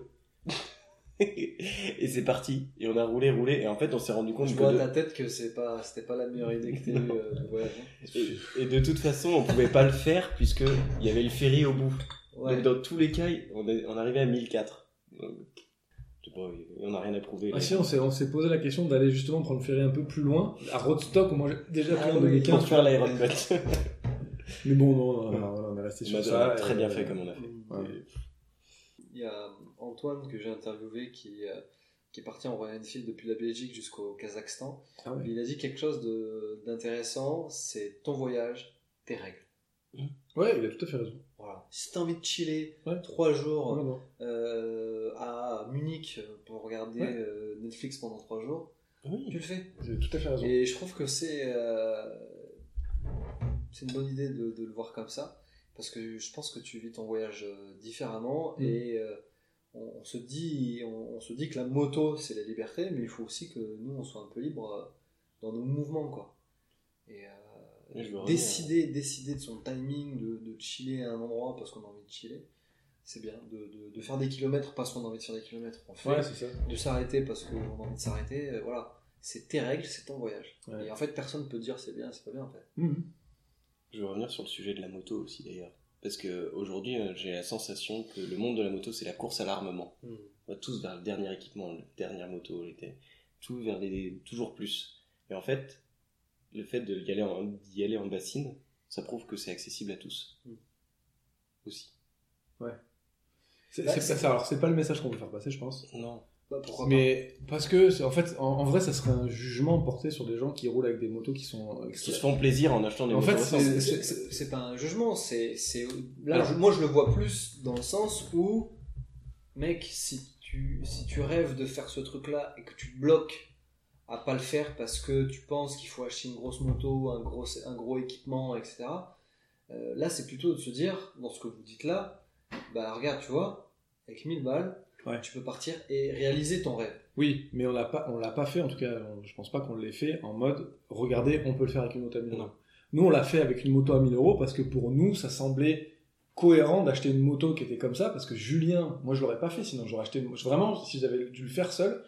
et c'est parti. Et on a roulé, roulé, et en fait, on s'est rendu compte Je que vois à de, ta tête que c'est pas, c'était pas la meilleure idée que t'aies eue euh, de voyage. hein. et, et de toute façon, on pouvait pas le faire puisque il y avait le ferry au bout. Ouais. Donc dans tous les cas, on, est, on arrivait à 1004. Donc, je sais pas, on n'a rien à prouver. Ah là. si, on s'est, on s'est posé la question d'aller justement prendre le ferry un peu plus loin, à Roadstock, où moi j'ai déjà pris Ah en oui. 2015. pour faire l'Iron Butt. Mais bon, non, non, non, non, on est resté On a- sur on ça. a très euh, bien fait comme on a fait. Ouais. Il y a euh, Antoine que j'ai interviewé qui, euh, qui est parti en Royal Enfield depuis la Belgique jusqu'au Kazakhstan. Ah ouais. Il a dit quelque chose de- d'intéressant, c'est ton voyage, tes règles. Ouais, il a tout à fait raison. Voilà. Si t'as envie de chiller Ouais. trois jours Ouais, non. euh, à Munich pour regarder Ouais. euh, Netflix pendant trois jours, tu Oui. le fais. Il a tout à fait raison. Et je trouve que c'est euh, c'est une bonne idée de, de le voir comme ça, parce que je pense que tu vis ton voyage euh, différemment Mm. et euh, on, on se dit on, on se dit que la moto c'est la liberté, mais il faut aussi que nous on soit un peu libre euh, dans nos mouvements quoi. Et euh, Oui, je veux décider décider de son timing de, de chiller à un endroit parce qu'on a envie de chiller, c'est bien. De, de- de faire des kilomètres parce qu'on a envie de faire des kilomètres, on le fait Ouais, c'est ça. de s'arrêter parce qu'on a envie de s'arrêter, euh, voilà. C'est tes règles, c'est ton voyage. Ouais. Et en fait, personne peut dire c'est bien, c'est pas bien en fait. Mhm. Je veux revenir sur le sujet de la moto aussi d'ailleurs. Parce que aujourd'hui, euh, j'ai la sensation que le monde de la moto, c'est la course à l'armement. Hmm. On va tous vers le dernier équipement, la dernière moto, les ter- tout vers les toujours plus. Et en fait, le fait de y aller en- d'y aller en bassine, ça prouve que c'est accessible à tous. Hmm. Mm. Aussi. C'est, Bah, c'est c'est- pas ça. Alors, c'est pas le message qu'on veut faire passer, je pense. Non. Bah, pourquoi Mais parce que, c'est, en fait, en, en vrai, ça serait un jugement porté sur des gens qui roulent avec des motos qui sont. euh, qui Qui sont- se font plaisir en achetant des En fait, motos pas Non, récentes. c'est- c'est- C'est c'est- c'est pas un jugement, c'est. c'est- Là, Alors- je- moi je le vois plus dans le sens où, mec, si tu, si tu rêves de faire ce truc là et que tu te bloques à pas le faire parce que tu penses qu'il faut acheter une grosse moto, un gros, un gros équipement, etc. euh, là, c'est plutôt de se dire, dans ce que vous dites là, bah regarde, tu vois, avec 1000 balles, Ouais. tu peux partir et réaliser ton rêve. Oui, mais on l'a pas, on l'a pas fait. En tout cas, on- je pense pas qu'on l'ait fait en mode. Regardez, on peut le faire avec une moto à 1000 euros. Nous, on l'a fait avec une moto à 1000 euros parce que pour nous, ça semblait cohérent d'acheter une moto qui était comme ça parce que Julien, moi, je l'aurais pas fait. Sinon, j'aurais acheté. Vraiment, si j'avais dû le faire seul,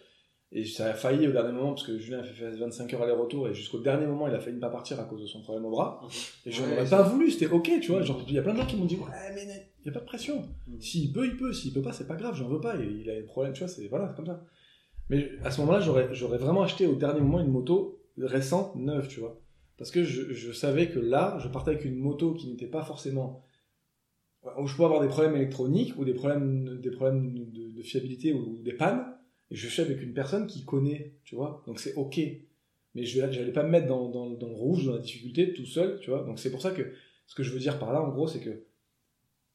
et ça a failli au dernier moment parce que Julien a fait 25 heures aller-retour et jusqu'au dernier moment, il a failli ne pas partir à cause de son problème au bras. Et je Ouais, n'aurais c'est- pas voulu. C'était ok, tu vois. Genre, il y a plein de gens qui m'ont dit, ouais, mais il y a pas de pression. Mm. S'il peut, il peut. S'il peut pas, c'est pas grave, j'en veux pas. Il, il a des problèmes, tu vois, c'est voilà, c'est comme ça. Mais à ce moment-là, j'aurais, j'aurais vraiment acheté au dernier moment une moto récente, neuve, tu vois. Parce que je, je savais que là, je partais avec une moto qui n'était pas forcément. où je pouvais avoir des problèmes électroniques ou des problèmes, des problèmes de, de fiabilité ou des pannes. Et je suis avec une personne qui connaît, tu vois. Donc c'est OK. Mais je n'allais pas me mettre dans, dans, dans le rouge, dans la difficulté, tout seul, tu vois. Donc c'est pour ça que ce que je veux dire par là, en gros, c'est que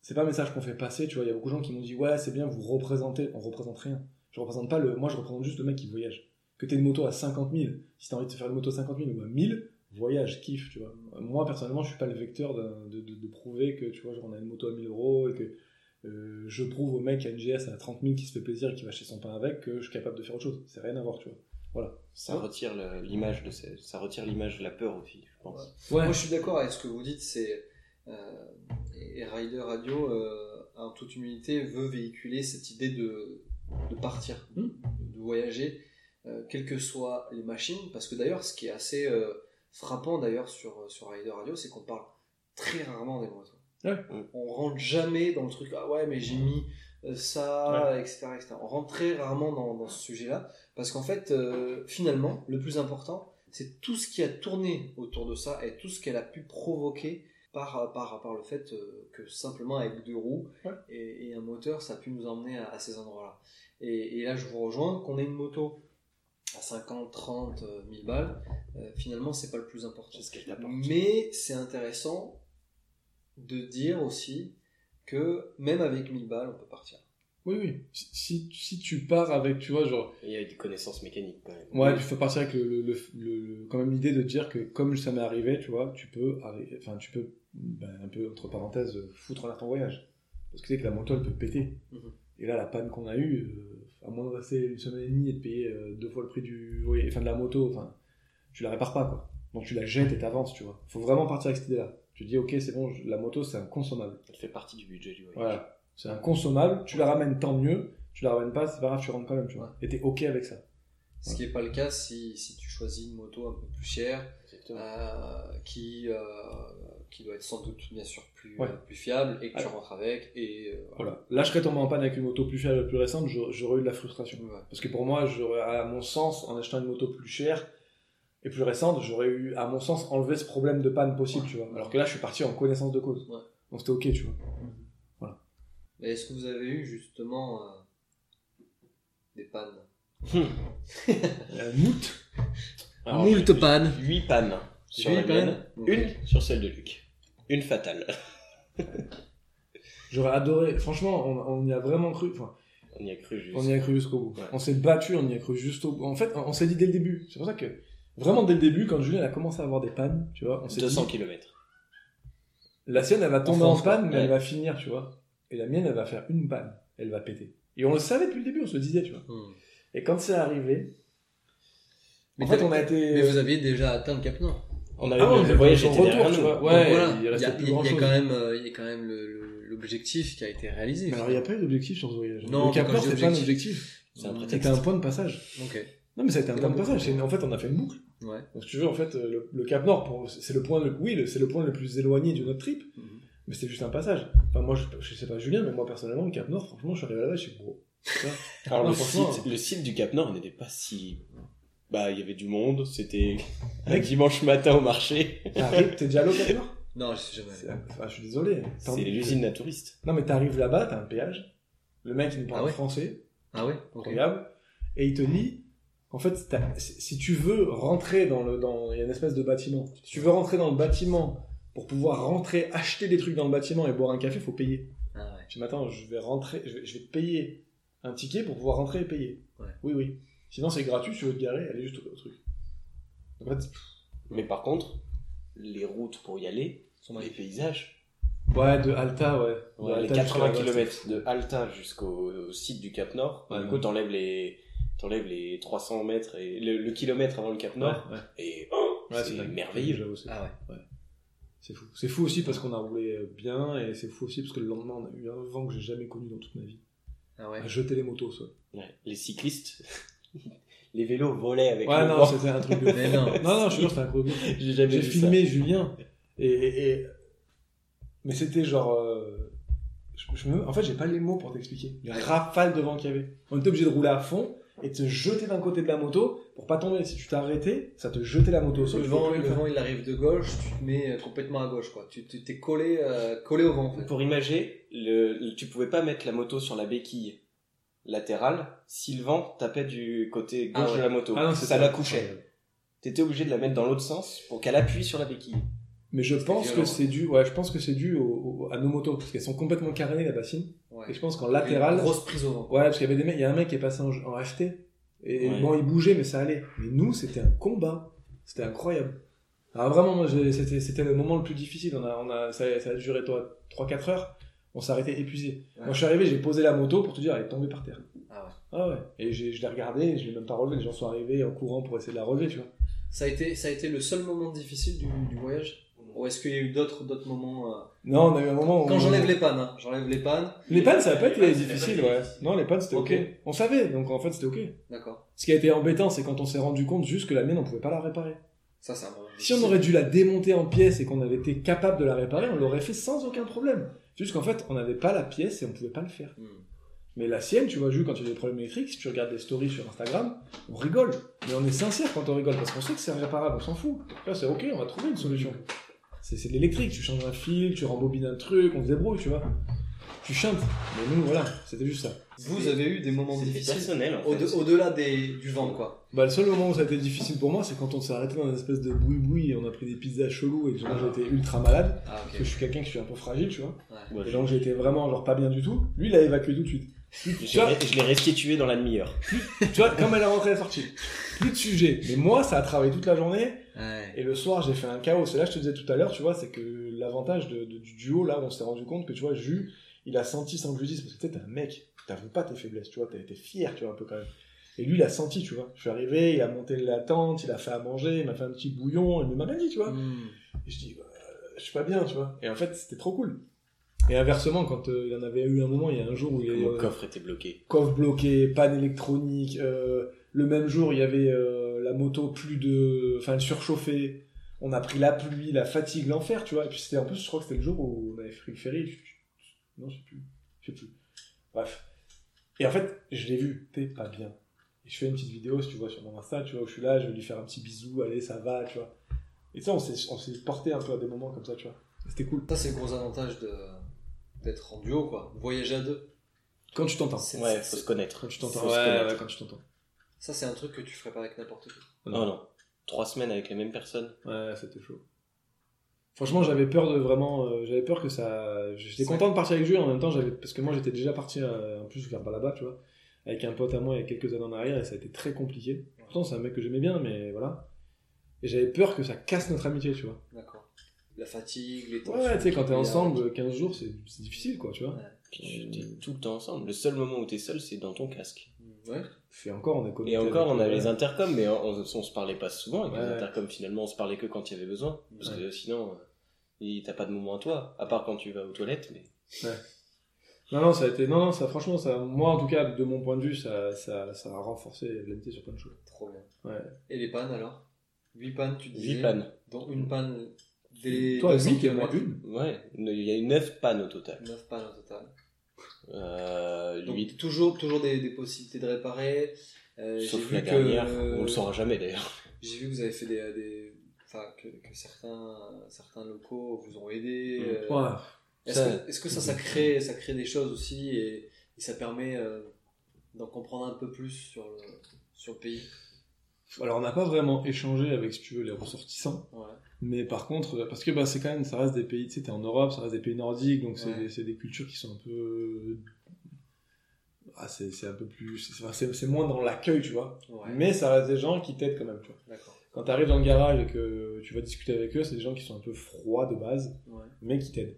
c'est pas un message qu'on fait passer, tu vois. Il y a beaucoup de gens qui m'ont dit, ouais, c'est bien, vous représentez. On représente rien. Je représente pas le. Moi, je représente juste le mec qui voyage. Que t'aies une moto à 50 000, si t'as envie de te faire une moto à 50 000 ou à 1000, voyage, kiffe, tu vois. Moi, personnellement, je suis pas le vecteur de, de, de, de prouver que, tu vois, genre, on a une moto à 1000 euros et que euh, je prouve au mec à une GS à 30 000 qui se fait plaisir et qui va chez son pain avec que je suis capable de faire autre chose. C'est rien à voir, tu vois. Voilà. Ça retire le- l'image de ces- ça retire l'image de la peur aux filles, je pense. Ouais. Moi, je suis d'accord avec ce que vous dites. C'est euh, et Rider Radio, euh, en toute humilité, veut véhiculer cette idée de, de partir, Mm. de voyager, euh, quelles que soient les machines. Parce que d'ailleurs, ce qui est assez euh, frappant d'ailleurs sur sur Rider Radio, c'est qu'on parle très rarement des motos. Ouais. On rentre jamais dans le truc. Ah ouais, mais j'ai mis euh, ça, etc., etc. On rentre très rarement dans, dans ce sujet-là parce qu'en fait, euh, finalement, le plus important c'est tout ce qui a tourné autour de ça et tout ce qu'elle a pu provoquer par, par, par le fait euh, que simplement avec deux roues Ouais. et, et un moteur, ça a pu nous emmener à, à ces endroits-là. Et, et là, je vous rejoins, qu'on ait une moto à 50, 30, euh, 1000 balles, euh, finalement, c'est pas le plus important. C'est ce qu'elle t'apporte. Mm. Mais c'est intéressant de dire aussi que même avec 1000 balles, on peut partir. Oui, oui. Si, si, si tu pars avec, tu vois, genre, Et Il y a des connaissances mécaniques quand même. Ouais, tu fais partir avec le, le- le- le- quand même l'idée de te dire que comme ça m'est arrivé, tu vois, tu peux, arri- enfin, tu peux, ben, un peu entre parenthèses, euh, foutre en l'air ton voyage. Parce que tu sais que la moto, elle peut péter. Mhm. Et là, la panne qu'on a eue, euh, à moins de rester une semaine et demie et de payer euh, deux fois le prix du, voy- enfin, de la moto, enfin, tu la répares pas, quoi. Donc tu la jettes et t'avances, tu vois. Faut vraiment partir avec cette idée-là. Tu dis, ok, c'est bon, je- la moto, c'est un consommable. Elle fait partie du budget du voyage. Voilà. C'est un consommable. Tu la ramènes, tant mieux. Tu la ramènes pas, c'est pas grave, tu rentres quand même, tu vois. Et t'es ok avec ça. Ce qui n'est pas le cas si, si tu choisis une moto un peu plus chère, Exactement. Euh, qui, euh, qui doit être sans doute bien sûr plus, Ouais. euh, plus fiable et que tu Alors. rentres avec. Et, euh, Voilà. Là, je serais tombé en panne avec une moto plus fiable, plus récente, j'a- j'aurais eu de la frustration. voilà. Parce que pour moi, j'aurais, à mon sens, en achetant une moto plus chère et plus récente, j'aurais eu, à mon sens, enlevé ce problème de panne possible, tu vois. Alors que là, je suis parti en connaissance de cause. Ouais. Donc c'était ok, tu vois. Mais est-ce que vous avez eu justement euh, des pannes Euh, Moult. Alors, Moult j'ai- pannes. j'ai Huit pannes sur Huit la mienne. pannes. Une sur celle de Luc. Une fatale. J'aurais adoré. Franchement, on, on y a vraiment cru. Enfin, On y a cru juste. on y a cru jusqu'au bout. Ouais. On s'est battu, on y a cru juste au bout. En fait, on on s'est dit dès le début. C'est pour ça que, vraiment dès le début, quand Julien a commencé à avoir des pannes, tu vois, on s'est 200 dit, km. La sienne, elle va tomber En en, France, panne, quoi. mais elle Ouais. va finir, tu vois. Et la mienne, elle va faire une panne. Elle va péter. Et on le savait depuis le début, on se le disait, tu vois. Hmm. Et quand c'est arrivé, Mais, en fait, t'as- on a mais été. vous aviez déjà atteint le cap Nord. On a Ah ouais, eu le- mais le voyage son était retour, derrière tu nous. vois. Donc Ouais, voilà, il y a- restait plus il y a grand chose. quand même, euh, il y a quand même le- le- l'objectif qui a été réalisé. Alors, il n'y a pas eu d'objectif sur ce voyage. Non, le Cap mais Nord, quand je dis c'est pas un objectif, objectif. C'est un prétexte. C'était un point de passage. Ok. Non, mais ça a été un C'est point la de boucle. passage. C'est- En fait, on a fait une boucle. Ouais. Donc, si tu veux, en fait, euh, le, le Cap Nord, pour- c'est le point, le, oui, le- c'est le point le plus éloigné de notre trip, Mhm. mais c'est juste un passage. Enfin, moi, je, je sais pas Julien, mais moi, personnellement, le Cap Nord, franchement, je suis arrivé là-bas, je suis gros. Alors Non, le franchement, site, le site du Cap Nord n'était pas si. Bah, il y avait du monde, c'était un Mec. dimanche matin au marché. T'arrives, t'es déjà allé au Cap Nord Non, je sais jamais. C'est- ah, je suis désolé. C'est T'as envie- l'usine à touristes. Non, mais t'arrives là-bas, t'as un péage. Le mec, il nous parle Ah ouais français, Ah ouais Ok. incroyable. Et il te dit, en fait, t'as- si si tu veux rentrer dans le. Dans, il y a une espèce de bâtiment. Si tu veux rentrer dans le bâtiment pour pouvoir rentrer, acheter des trucs dans le bâtiment et boire un café, faut payer. Ah ouais. Je dis, mais attends, je vais rentrer, je vais, je vais te payer un ticket pour pouvoir rentrer et payer. Ouais. Oui, oui. Sinon, c'est gratuit, tu veux te garer, allez juste au, au truc. En fait, pff, Mais par contre, les routes pour y aller, Sont les magnifiques. paysages, ouais, de Alta, ouais. De Ouais, les Alta 80 jusqu'à- km de Alta jusqu'au au site du Cap Nord, Ouais, du ouais. coup, t'enlèves les, t'enlèves les 300 mètres et le, le kilomètre avant le Cap Ouais, Nord, ouais. et oh, Ouais, c'est dingue. merveilleux. J'avoue, c'est- Ah ouais. C'est fou. C'est fou aussi parce qu'on a roulé euh, bien et c'est fou aussi parce que le lendemain on a eu un vent que j'ai jamais connu dans toute ma vie. Ah ouais. À jeter les motos, ça. ouais, les cyclistes, les vélos volaient avec Ouais, le non, vent. c'était un truc de Mais non. Non, non, je te jure, c'était un truc de J'ai jamais J'ai vu filmé Julien et. et- et- Mais c'était genre. euh, je- je me- En fait, j'ai pas les mots pour t'expliquer. Les rafales de vent qu'il y avait. On était obligé de rouler à fond et te jeter d'un côté de la moto pour pas tomber. Si tu t'es arrêté, ça te jetait la moto au sol. Le tu vent, pouvais le plus vent, il arrive de gauche, tu te mets euh, complètement à gauche, quoi. Tu tu- t'es collé, euh, collé au vent, en fait. Pour imager, le, le- tu pouvais pas mettre la moto sur la béquille latérale si le vent tapait du côté gauche Ah ouais. de la moto. Ah non, c'est ça ça. la couchait. T'étais obligé de la mettre dans l'autre sens pour qu'elle appuie sur la béquille. Mais je pense que violent, c'est dû, ouais, je pense que c'est dû au- au- à nos motos parce qu'elles sont complètement carénées la bassine. Ouais. Et je pense qu'en Une latéral, Grosse prise au vent. ouais, parce qu'il y avait des mecs, il y a un mec qui est passé en, en HT et Ouais. bon, il bougeait mais ça allait. Mais nous, c'était un combat, c'était incroyable. Ah vraiment, moi, j'ai- c'était c'était le moment le plus difficile. On a, on a, ça, ça a duré toi 3-4 heures. On s'est arrêté épuisé. Ouais. Quand je suis arrivé, j'ai posé la moto pour te dire, elle est tombée par terre. Ah ouais. Ah ouais. Et j'ai- je l'ai regardée, et je l'ai même pas relevée. Les gens sont arrivés en courant pour essayer de la relever, tu vois. Ça a été, ça a été le seul moment difficile du, du voyage. Ou est-ce qu'il y a eu d'autres, d'autres moments euh, Non, on a eu un moment. où- Quand j'enlève les pannes, hein, j'enlève les pannes. Les pannes, ça n'a pas Les été pannes, c'était difficile, pas ouais. difficile. Non, les pannes, c'était Ok. ok. On savait, donc en fait, c'était ok. D'accord. Ce qui a été embêtant, c'est quand on s'est rendu compte juste que la mienne, on pouvait pas la réparer. Ça, c'est un moment Si on difficile. aurait dû la démonter en pièces et qu'on avait été capable de la réparer, on l'aurait fait sans aucun problème. Juste qu'en fait, on n'avait pas la pièce et on pouvait pas le faire. Hmm. Mais la sienne, tu vois, juste quand il y a des problèmes électriques, si tu regardes des stories sur Instagram, on rigole. Mais on est sincère quand on rigole, parce qu'on sait que c'est irréparable, on s'en fout. Là, c'est ok, on va trouver une solution. C'est c'est de l'électrique, tu changes un fil, tu rembobines un truc, on se débrouille, tu vois. Tu chantes. Mais nous, voilà, c'était juste ça. Vous avez eu des moments C'était difficiles personnel en au fait. delà des, du vent, quoi. Bah, le seul moment où ça a été difficile pour moi, c'est quand on s'est arrêté dans une espèce de boui-boui et on a pris des pizzas cheloues et que moi j'étais ultra malade. Ah, Parce que je suis quelqu'un qui suis un peu fragile, tu vois. Ouais, Et donc j'étais vraiment genre pas bien du tout. Lui, il a évacué tout de suite. je- je l'ai- je l'ai restitué dans la demi-heure. Tu vois, comme elle est rentrée et sortie. Plus de sujet. Mais moi, ça a travaillé toute la journée. Ah, Ouais. Et le soir, j'ai fait un chaos. C'est là, que je te disais tout à l'heure, tu vois, c'est que l'avantage de- de- du duo, là, on s'est rendu compte que, tu vois, Jus, il a senti sans que je lui dise, parce que tu sais, t'es un mec, t'avoues pas tes faiblesses, tu vois, t'as été fier, tu vois, un peu quand même. Et lui, il a senti, tu vois. Je suis arrivé, il a monté la tente, il a fait à manger, il m'a fait un petit bouillon, il m'a même dit, tu vois. Hmm. Et je dis, Euh, je suis pas bien, tu vois. Et en fait, c'était trop cool. Et inversement, quand euh, il en avait eu un moment, il y a un jour où il y a eu, Mon euh, coffre était bloqué. coffre bloqué, panne électronique. euh, le même jour, il y avait euh, la moto plus de. Enfin, elle surchauffée. On a pris la pluie, la fatigue, l'enfer, tu vois. Et puis c'était en plus, je crois que c'était le jour où on avait fait le ferry. je- Non, je sais plus. Je sais plus. Bref. Et en fait, je l'ai vu, t'es pas bien. Et je fais une petite vidéo, si tu vois, sur mon Insta, tu vois, où je suis là, je vais lui faire un petit bisou, allez, ça va, tu vois. Et ça, on s'est on s'est porté un peu à des moments comme ça, tu vois. C'était cool. Ça, c'est le gros avantage de d'être en duo, quoi. Voyager à deux. Quand tu t'entends. C'est- Ouais, c'est- faut se c'est- connaître. Quand tu Faut t'entends. se connaître. quand tu t'entends. Ça, c'est un truc que tu ferais pas avec n'importe qui. Non, non. Trois semaines avec la même personne. Ouais, c'était chaud. Franchement, j'avais peur de vraiment. euh, j'avais peur que ça. J'étais content de partir avec Jules en même temps, j'avais parce que moi j'étais déjà parti euh, en plus vers Balaba, tu vois, avec un pote à moi il y a quelques années en arrière et ça a été très compliqué. Pourtant, c'est un mec que j'aimais bien, mais voilà. Et j'avais peur que ça casse notre amitié, tu vois. D'accord. La fatigue, les Ouais, tu sais, quand t'es ensemble 15 jours, c'est c'est difficile, quoi, tu vois. Puis tu- t'es tout le temps ensemble. Le seul moment où t'es seul, c'est dans ton casque. Mm, Ouais. Et encore, on est connecté. Et encore, avec- euh, on a les intercoms, mais on, on, on se parlait pas souvent. Avec les Ouais. intercoms, finalement, on se parlait que quand il y avait besoin. Parce que sinon, euh, il- t'as pas de moment à toi. À part quand tu vas aux toilettes, mais Non, non, ça a été. Non, non, ça, franchement, ça, moi en tout cas, de mon point de vue, ça, ça, ça a renforcé l'amitié sur plein de choses. Trop bien. Ouais. Et les pannes alors 8 pannes, tu disais huit pannes. Dont une panne des. Toi, 200 lui qui en a kilomètres. une. Ouais, il y a eu neuf pannes au total. 9 pannes au total. Euh, Donc, huit toujours, toujours des, des possibilités de réparer. Euh, j'ai sauf vu la que, dernière. euh, On le saura jamais d'ailleurs. J'ai vu que vous avez fait des. des- Enfin, que, que certains, certains locaux vous ont aidé. Mm. euh, Ouais. Est-ce Ça- que, est-ce que ça, ça crée, ça crée des choses aussi et, et ça permet euh, d'en comprendre un peu plus sur le, sur le pays Alors, on n'a pas vraiment échangé avec, si tu veux, les ressortissants. Ouais. Mais par contre, parce que bah, c'est quand même, ça reste des pays, tu sais, t'es en Europe, ça reste des pays nordiques, donc c'est Ouais. des- c'est des cultures qui sont un peu. euh, Ah, c'est c'est un peu plus. c'est- C'est c'est moins dans l'accueil, tu vois. Ouais, Mais ça reste des gens qui t'aident quand même, tu vois. D'accord. Quand t'arrives dans le garage et que tu vas discuter avec eux, c'est des gens qui sont un peu froids de base Ouais. mais qui t'aident.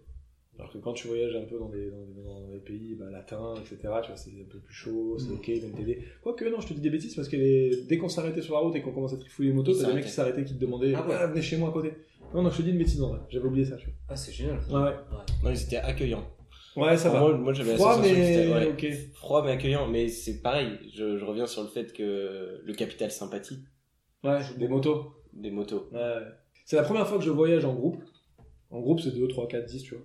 Alors que quand tu voyages un peu dans des, dans des- dans des pays bah, latins, etc., tu vois, c'est un peu plus chaud, c'est Mm. ok, ils viennent t'aider. Quoique, non, je te dis des bêtises parce que les- dès qu'on s'arrêtait sur la route et qu'on commençait à trifouiller les motos, t'as des S'arrêter. mecs qui s'arrêtaient qui te demandaient Ah ouais. Ah, venez chez moi à côté. Non, non, je te dis une bêtise en vrai, j'avais oublié ça, tu Ah, c'est génial. vois. Ouais, Non, ils étaient accueillants. ouais, ouais ça Pour va. moi, moi, j'avais la Froid, sensation que mais c'était- ouais. ok. froid mais accueillant. Mais c'est pareil, je, je reviens sur le fait que le capital sympathie Ouais, des motos. des motos. Ouais. C'est la première fois que je voyage en groupe. En groupe, c'est 2, 3, 4, 10, tu vois.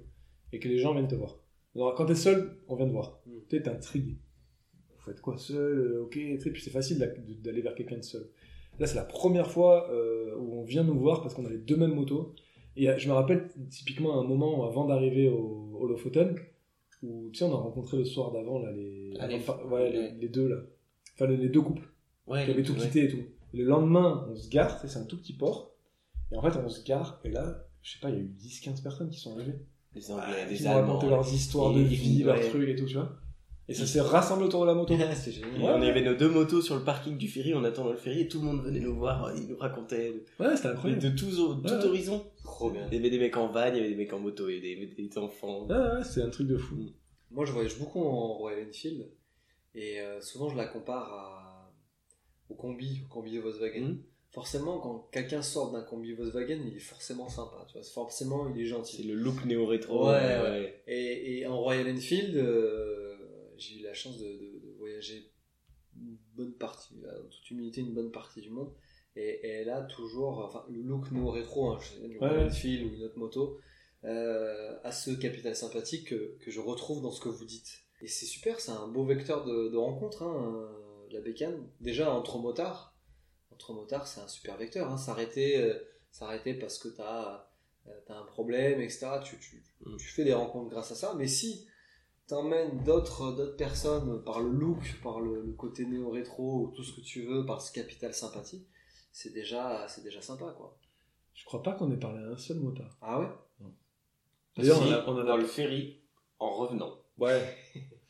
Et que les gens viennent te voir. Alors, quand t'es seul, on vient te voir. Mm. Tu sais, t'es intrigué. faut être quoi seul, euh, ok, tu sais, puis c'est facile d'a- de- d'aller vers quelqu'un de seul. Là, c'est la première fois euh, où on vient nous voir parce qu'on a les deux mêmes motos. Et euh, je me rappelle typiquement un moment avant d'arriver au, au Lofoten où tu sais, on a rencontré le soir d'avant là les, Ah, les- enfin, ouais, les- les deux là, enfin les- les deux couples Ouais, qui avait tout ouais. quitté et tout. Le lendemain, on se gare, tu sais, c'est un tout petit port. Et en fait, on se gare, et là, je sais pas, il y a eu 10-15 personnes qui sont arrivées. Les Anglais, Ah, qui les nous Allemands. racontaient leurs histoires de Et- vie, leurs ouais. trucs et tout, tu vois. Et ça Ils- s'est rassemblé autour de la moto. c'est génial. Et on avait nos deux motos sur le parking du ferry, on attendait le ferry et tout le monde venait nous voir, euh, ils nous racontaient de, Ouais, c'était de, incroyable. tous au- tout Ouais. horizon. Trop bien. Il y avait des mecs en van, il y avait des mecs en moto, il y avait des, des enfants. Ouais, ouais, c'est un truc de fou. Moi, je voyage beaucoup en Royal Enfield et euh, souvent je la compare à... au combi, au combi de Volkswagen. Mhm. Forcément, quand quelqu'un sort d'un combi Volkswagen, il est forcément sympa, tu vois. Forcément, il est gentil. C'est le look néo-rétro. Ouais, euh, Et, et en Royal Enfield, euh, j'ai eu la chance de, de- de voyager une bonne partie, euh, en toute humilité, une bonne partie du monde. Et, et elle a toujours, enfin, le look nous rétro, hein, je sais, du Ouais. Royal Enfield ou une autre moto, euh, a ce capital sympathique que, que je retrouve dans ce que vous dites. Et c'est super, c'est un beau vecteur de, de rencontre, hein, euh, la bécane. Déjà, entre motards, entre motards, c'est un super vecteur. hein. S'arrêter, euh, s'arrêter parce que t'as euh, t'as un problème, etc. Tu, tu, Mm. tu fais des rencontres grâce à ça. Mais si t'emmènes d'autres d'autres personnes par le look, par le, le côté néo-rétro, ou tout ce que tu veux, par ce capital sympathie, c'est déjà, c'est déjà sympa, quoi. Je crois pas qu'on ait parlé à un seul motard. Ah ouais D'ailleurs, Si, on a- on en a- dans le ferry, en revenant. Ouais.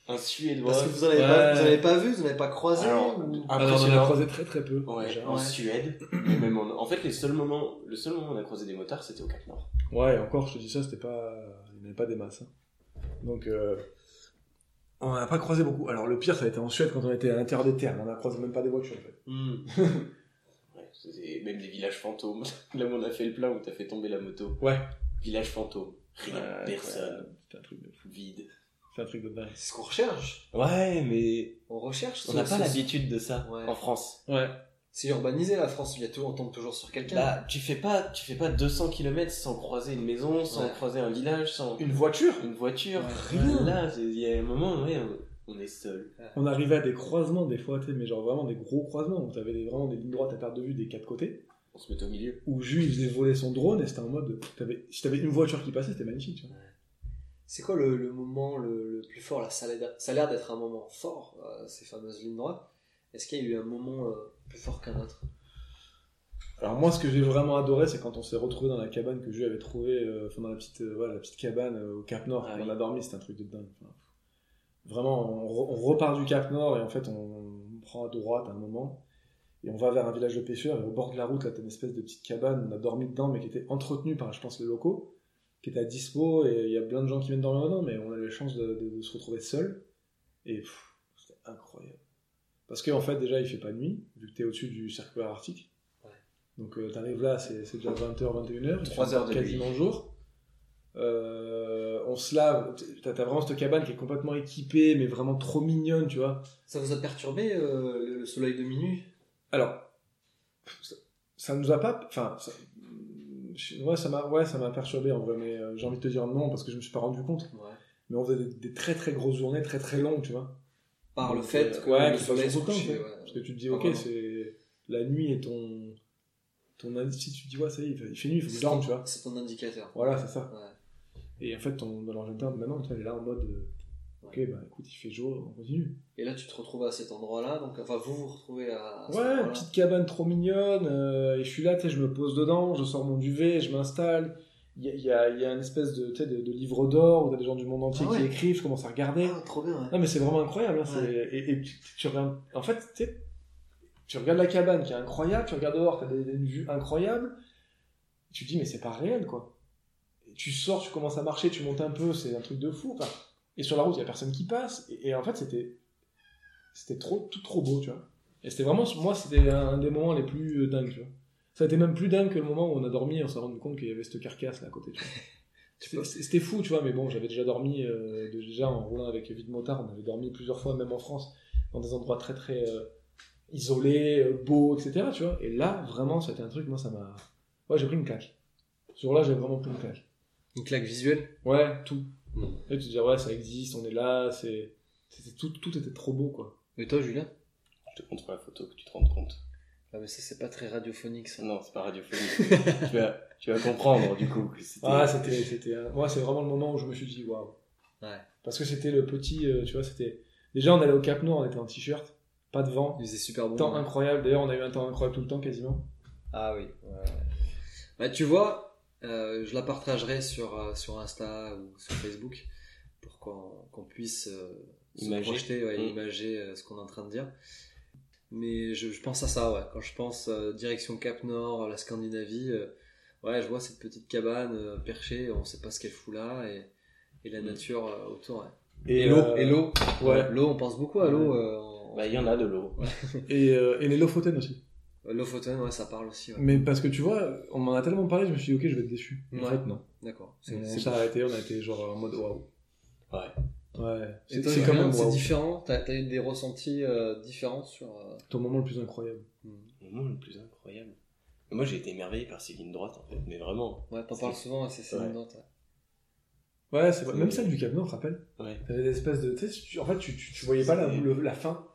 Un Suédois. Parce que vous en avez, Ouais. pas, vous en avez pas vu, vous en avez pas croisé Alors, ou- Alors, on en impressionnant. a croisé très très peu. Ouais, déjà. en Ouais. Suède. et même en... en fait, les seuls moments, le seul moment où on a croisé des motards, c'était au Cap Nord. Ouais, et encore, je te dis ça, c'était pas. Il n'y en avait pas des masses. hein. Donc. euh, On en a pas croisé beaucoup. Alors, le pire, ça a été en Suède quand on était à l'intérieur des terres. mais On a croisé même pas des voitures, en fait. Hmm. Ouais, c'était même des villages fantômes. Là où on a fait le plein, où t'as fait tomber la moto. Ouais. Village fantôme. Rien, Ouais, personne, ouais, C'est un truc de vide. C'est un truc de dingue. C'est ce qu'on recherche. Ouais, mais On recherche. on ce- n'a pas ce- l'habitude de ça Ouais. en France. Ouais. C'est urbanisé la France, il y a toujours, on tombe toujours sur quelqu'un. Bah, tu fais pas, tu fais pas 200 km sans croiser une maison, sans Ouais. croiser un village, sans Une voiture une voiture. Ouais. Rien. Là, c'est- il y a un moment, ouais, on, on est seul. On arrivait à des croisements des fois, tu sais, mais genre vraiment des gros croisements où t'avais des- vraiment des lignes droites à perte de vue des quatre côtés, On se met au milieu. où Jules il faisait voler son drone et c'était en mode. T'avais, si t'avais une voiture qui passait, c'était magnifique, tu vois. C'est quoi le, le moment le, le plus fort là Ça a l'air- ça a l'air d'être un moment fort, euh, ces fameuses lignes droites. Est-ce qu'il y a eu un moment euh, plus fort qu'un autre Alors moi, ce que j'ai vraiment adoré, c'est quand on s'est retrouvé dans la cabane que Jules avait trouvée, euh, enfin dans la petite, euh, voilà, la petite cabane euh, au Cap Nord, Ah on oui. a dormi, c'était un truc de dingue. Enfin, vraiment, on, re- on repart du Cap Nord et en fait, on prend à droite à un moment. Et on va vers un village de pêcheurs, et au bord de la route, là, t'as une espèce de petite cabane, on a dormi dedans, mais qui était entretenue par, je pense, les locaux, qui était à dispo, et il y a plein de gens qui viennent dormir dedans, mais on a eu la chance de, de- de se retrouver seul, et pff, c'était incroyable. Parce qu'en en fait, déjà, il fait pas nuit, vu que t'es au-dessus du cercle polaire arctique. Ouais. Donc euh, t'arrives là, c'est c'est déjà 20h, 21h, Trois heures de quasiment jour. Euh, on se lave, t'as t'as vraiment cette cabane qui est complètement équipée, mais vraiment trop mignonne, tu vois. Ça vous a perturbé euh, le, le soleil de minuit Alors, ça, ça nous a pas. Enfin, ça- je- ouais, ça m'a ouais, ça m'a perturbé en vrai, mais euh, j'ai envie de te dire non parce que je me suis pas rendu compte. Ouais. Mais on faisait des, des très très grosses journées, très très longues, tu vois. Par le Donc, fait euh, que ouais, le que ce soit soleil sur se aucun, couchait. en ouais. Parce que tu te dis, Ah, ok, vraiment. c'est la nuit et ton ton indice. Si tu te dis, ouais, ça y est, il fait- il fait nuit, il faut que je C'est dorme, ton- tu vois. C'est ton indicateur. Voilà, c'est ça. Ouais. Et en fait, ton, dans l'Argentin, maintenant, tu vois, il est là en mode, euh, ok, bah écoute, il fait jour, on continue. Et là, tu te retrouves à cet endroit-là. Donc, euh, enfin, vous vous retrouvez à. à cet Ouais, endroit-là. petite cabane trop mignonne. euh, et je suis là, tu sais, je me pose dedans, je sors mon duvet, je m'installe. Il y a, il y a- il y a une espèce de, tu sais, de, de livre d'or où t'as des gens du monde entier Ah ouais. qui écrivent, je commence à regarder. Ah, trop bien. ouais. Non, mais c'est vraiment incroyable. hein, c'est- Et, et tu, tu regardes. En fait, tu sais, tu regardes la cabane qui est incroyable, tu regardes dehors, t'as des, des vues incroyables. Tu te dis, mais c'est pas réel, quoi. Et tu sors, tu commences à marcher, tu montes un peu, c'est un truc de fou, quoi. Et sur la route, il y a personne qui passe. Et, et en fait, c'était. C'était trop, tout trop beau, tu vois. Et c'était vraiment, moi, c'était un, un des moments les plus euh, dingues, tu vois. Ça a été même plus dingue que le moment où on a dormi et on s'est rendu compte qu'il y avait cette carcasse là à côté, tu vois. C'était- C'était fou, tu vois, mais bon, j'avais déjà dormi, euh, déjà en roulant avec Vite Motard, on avait dormi plusieurs fois, même en France, dans des endroits très très euh, isolés, euh, beaux, etc. Tu vois, et là, vraiment, c'était un truc, moi, ça m'a. Ouais, j'ai pris une claque. Ce jour-là, j'ai vraiment pris une claque. Une claque visuelle. Ouais, tout. Mm. Et tu te dis, ouais, ça existe, on est là, c'est. c'était Tout, tout était trop beau, quoi. Et toi, Julien Je te montre la photo que tu te rendes compte. Ah, mais ça, c'est pas très radiophonique, ça. Non, c'est pas radiophonique. tu, vas, tu vas comprendre, du coup. que c'était- Ah, c'était, c'était, un- moi, c'est vraiment le moment où je me suis dit, waouh. Ouais. Parce que c'était le petit, euh, tu vois, c'était. Déjà, on allait au Cap Nord, on était en t-shirt, pas de vent, Il faisait super bon. temps incroyable. D'ailleurs, on a eu un temps incroyable tout le temps quasiment. Ah oui. ouais. Bah, tu vois, euh, je la partagerai sur, euh, sur Insta ou sur Facebook pour qu'on qu'on puisse euh, se Imager. projeter, ouais, Mm. imager euh, ce qu'on est en train de dire. Mais je, je pense à ça, ouais. Quand je pense euh, direction Cap Nord, la Scandinavie, euh, ouais, je vois cette petite cabane euh, perchée, on sait pas ce qu'elle fout là, et, et la Mm. nature euh, autour. ouais. Et, l'eau, euh, et l'eau, ouais. l'eau, on pense beaucoup à l'eau. euh, en- Bah, il y en a de l'eau. Et, euh, et les Lofoten aussi. L'eau photon, ouais, ça parle aussi. ouais. Mm. Mais parce que tu vois, on m'en a tellement parlé, je me suis dit, ok, je vais être déçu. En Ouais. fait, non. D'accord. C'est- On c'est s'est arrêté, on a été genre en mode waouh. Ouais. Ouais. Et C'est, toi, c'est quand même c'est waouh. différent. T'as t'as eu des ressentis euh, différents sur. euh, Ton moment le plus incroyable. Le moment le plus incroyable. Moi, j'ai été émerveillé par ces lignes droites, en fait. Mais vraiment. Ouais, t'en C'est- parles souvent, c'est c'est Ouais. évident, t'as- Ouais, c'est vrai. Même celle du Cap Nord, rappelle. Ouais. T'avais des espèces de. Tu sais, tu- en fait, tu, tu, tu voyais pas la, C'est- le- la fin.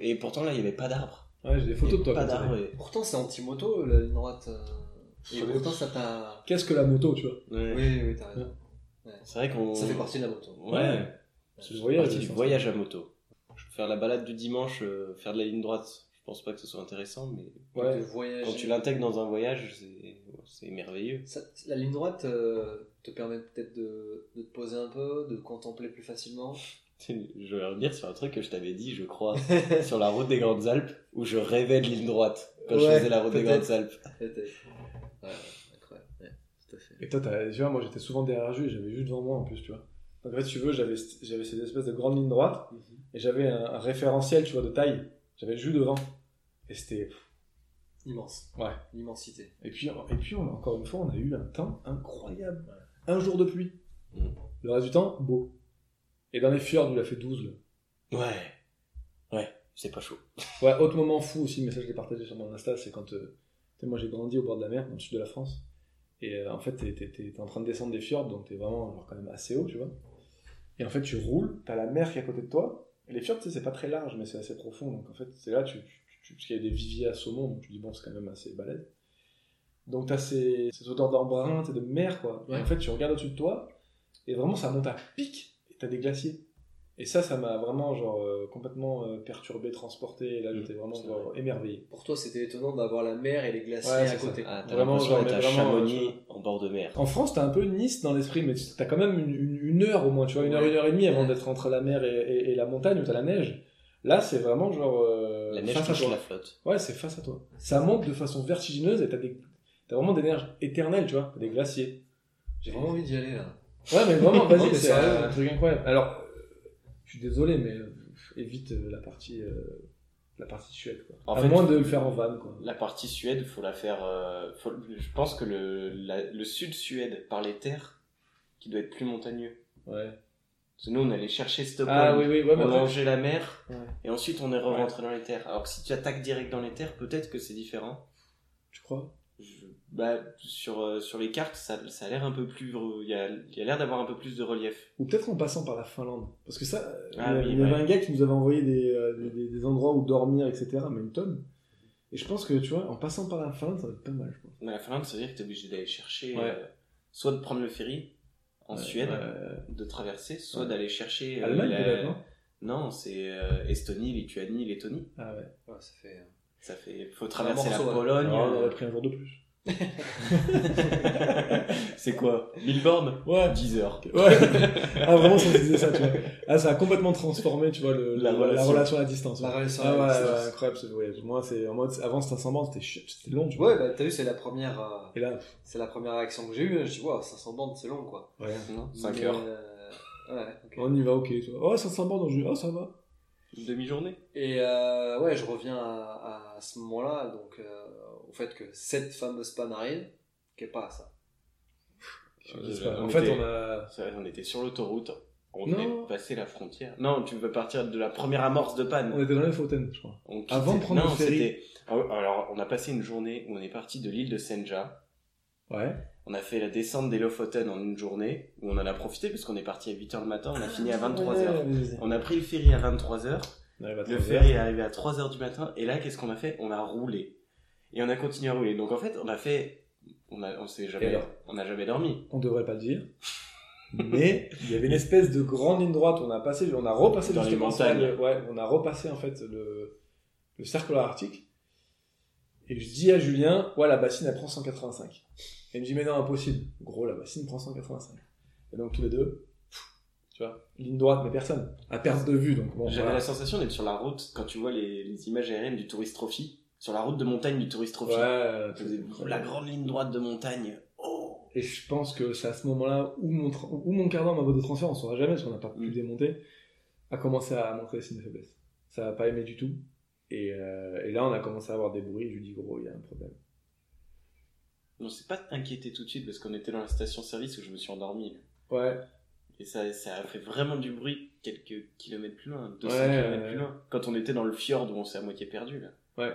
Et pourtant, là, il n'y avait pas d'arbre. Ouais, j'ai des photos de toi Pas comme ça. d'arbre. et- Pourtant, c'est anti-moto, la ligne droite. euh, Et Ça pourtant, ça t'a. Qu'est-ce que la moto, tu vois Ouais. Oui, oui, t'as raison. C'est vrai qu'on. Ça fait partie de la moto. Ouais. C'est le C'est voyage. parti je du pense. voyage à moto. Je peux faire la balade du dimanche, euh, faire de la ligne droite. Je pense pas que ce soit intéressant, mais Ouais. De voyager. quand tu l'intègres dans un voyage, c'est- c'est merveilleux. Ça- la ligne droite euh, te permet peut-être de, de te poser un peu, de contempler plus facilement. Je vais revenir sur un truc que je t'avais dit, je crois, sur la route des Grandes Alpes, où je rêvais de ligne droite quand je Ouais, faisais la route des peut-être. Grandes Alpes. Ouais, t'as- ouais, incroyable. Ouais, tout à fait. Et toi, t'as- tu vois, moi j'étais souvent derrière lui et j'avais juste devant moi en plus, tu vois. Donc en fait, tu veux, j'avais j'avais ces espèces de grandes lignes droites et j'avais un, un référentiel, tu vois, de taille. J'avais juste devant. Et c'était. Immense. Ouais. L'immensité. Et puis, et puis on- encore une fois, on a eu un temps incroyable. Un jour de pluie. Mm. Le reste du temps, beau. Et dans les fjords, où il a fait 12. là. Ouais. Ouais, c'est pas chaud. Ouais, autre moment fou aussi, mais ça je l'ai partagé sur mon Insta, c'est quand. euh, tu sais, moi j'ai grandi au bord de la mer, dans le sud de la France. Et euh, en fait, t'es, t'es- t'es- t'es en train de descendre des fjords, donc t'es vraiment genre, quand même assez haut, tu vois. Et en fait, tu roules, t'as la mer qui est à côté de toi. Et les fjords, tu sais, c'est pas très large, mais c'est assez profond. Donc en fait, c'est là, tu, tu- tu- parce qu'il y a des viviers à saumon, donc tu dis, bon, c'est quand même assez balèze. Donc t'as ces, ces odeurs d'embrun, t'es de mer, quoi. Et Ouais. en fait, tu regardes au-dessus de toi, et vraiment, ça monte à pic, et t'as des glaciers. Et ça, ça m'a vraiment genre euh, complètement euh, perturbé, transporté. Et là, Mhm, j'étais vraiment c'est genre, émerveillé. Pour toi, c'était étonnant d'avoir la mer et les glaciers Ouais, à c'est ça. côté. Ah, t'as Vraiment, l'impression genre, d'être mais à vraiment, euh, Chamonix, en bord de mer. En France, t'as un peu Nice dans l'esprit, mais t'as quand même une, une- une heure au moins, tu vois, une heure, une heure et demie avant Ouais. d'être entre la mer et, et- et la montagne où t'as la neige. Là, c'est vraiment genre euh, La neige face à touche toi. la flotte. Ouais, c'est face à toi. Ça monte de façon vertigineuse et t'as des t'as vraiment des neiges éternelles, tu vois, t'as des glaciers. J'ai vraiment envie d'y aller là. Ouais, mais vraiment, Non, vas-y, mais c'est sérieux. un, truc incroyable. Alors, euh, je suis désolé, mais euh, évite euh, la partie euh, la partie Suède, quoi. En à fait, moins de le faire en van, quoi. La partie Suède, faut la faire. euh, faut- je pense que le, la- le sud Suède, par les terres, qui doit être plus montagneux. Ouais. Parce que nous, on allait chercher Stockholm, Ah oui, oui, ouais, mais on après- longeait la mer, Ouais. et ensuite on est rentré dans les terres. Alors que si tu attaques direct dans les terres, peut-être que c'est différent. tu crois Je- bah, sur, euh, sur les cartes, ça, ça a l'air un peu plus. re- Il y a, il y a l'air d'avoir un peu plus de relief. Ou peut-être en passant par la Finlande. Parce que ça, il Ah y a- oui, il y avait ouais. un gars qui nous avait envoyé des, euh, des- des- des endroits où dormir, etc., mais une tonne. Et je pense que, tu vois, en passant par la Finlande, ça va être pas mal, je pense. Mais la Finlande, ça veut dire que tu es obligé d'aller chercher. Ouais. euh, soit de prendre le ferry en Ouais, Suède, ouais. de traverser, soit Ouais. d'aller chercher. euh, Euh, Allemagne, la- peut-être, non Non, c'est euh, Estonie, Lituanie, Lettonie. Ah ouais. Ouais, ça fait. euh, Ça fait, Ah, faut traverser la morceau, ouais. Pologne. Alors, on euh, aurait pris un jour de plus. Ah, c'est quoi 1000 bornes Ouais. 10 heures. Ouais. ah, vraiment, ça me disait ça, tu vois. Ah, ça a complètement transformé, tu vois, le, La la, la relation. relation. à distance. La ouais. relation ah, à ouais, distance. ouais, incroyable ce voyage. Moi, c'est en mode, avant, c'était 500 bandes, c'était ch- c'était long, tu vois. Ouais, bah t'as vu, c'est la première, euh, Et là, c'est la première réaction que j'ai eue. Je dis, waouh, 500 bandes, c'est long quoi. ouais. 5 Mais, heures. euh, ouais, ok. on y va, ok. tu vois. Oh, 500 bandes, on joue. Oh, ça va. Une demi-journée Et euh, ouais, je reviens à, à ce moment-là, donc euh, au fait que cette fameuse panne arrive, qui est pas ça. Je sais pas. on En fait, était- on a. C'est vrai, On était sur l'autoroute. On Non. est passé la frontière. Non, tu veux partir de la première amorce de On panne. était dans les fautaines, je crois. On quittait- Avant de prendre Non, le ferry. c'était- Ah ouais, Alors, on a passé une journée où on est parti de l'île de Senja. Ouais. On a fait la descente des Lofoten en une journée, Ah, où on en a profité, parce qu'on est parti à 8h le matin, on a fini à 23h. On a pris le ferry à 23h, On arrive à Le 3 ferry est arrivé à 3h du matin et là, qu'est-ce qu'on a fait On a roulé. Et on a continué à rouler. Donc en fait, on a fait. On a, on s'est Et jamais, alors on n'a jamais dormi. On devrait pas le dire. Mais il y avait une espèce de grande ligne droite. On a passé, on a repassé Dans les justement ça, montagnes. le- ouais, on a repassé en fait le, le cercle arctique. Et je dis à Julien, ouais, la bassine elle prend 185. Et il me dit mais non impossible. Gros, la bassine prend 185. Et donc tous les deux, pff, tu vois, ligne droite mais personne, à perte de vue donc bon. J'avais voilà. la sensation d'être sur la route quand tu vois les, les images aériennes du Tourist Trophy, sur la route de montagne du Tourist Trophy. Ouais, Je faisais, c'est La grande ligne droite de montagne. Oh Et je pense que c'est à ce moment-là où mon, tra- où mon quart d'heure, ma boîte de transfert, on ne saura jamais parce qu'on n'a pas pu Mm. le démonter, a commencé à montrer des signes de faiblesse. Ça n'a pas aimé du tout. Et, euh, et là, on a commencé à avoir des bruits. Je lui dis, gros, il y a un problème. On s'est pas inquiété tout de suite parce qu'on était dans la station-service où je me suis endormi. Ouais, Et ça, ça a fait vraiment du bruit quelques kilomètres plus loin, 200 Ouais, kilomètres ouais. plus loin. Quand on était dans le fjord où on s'est à moitié perdu là. ouais, ouais.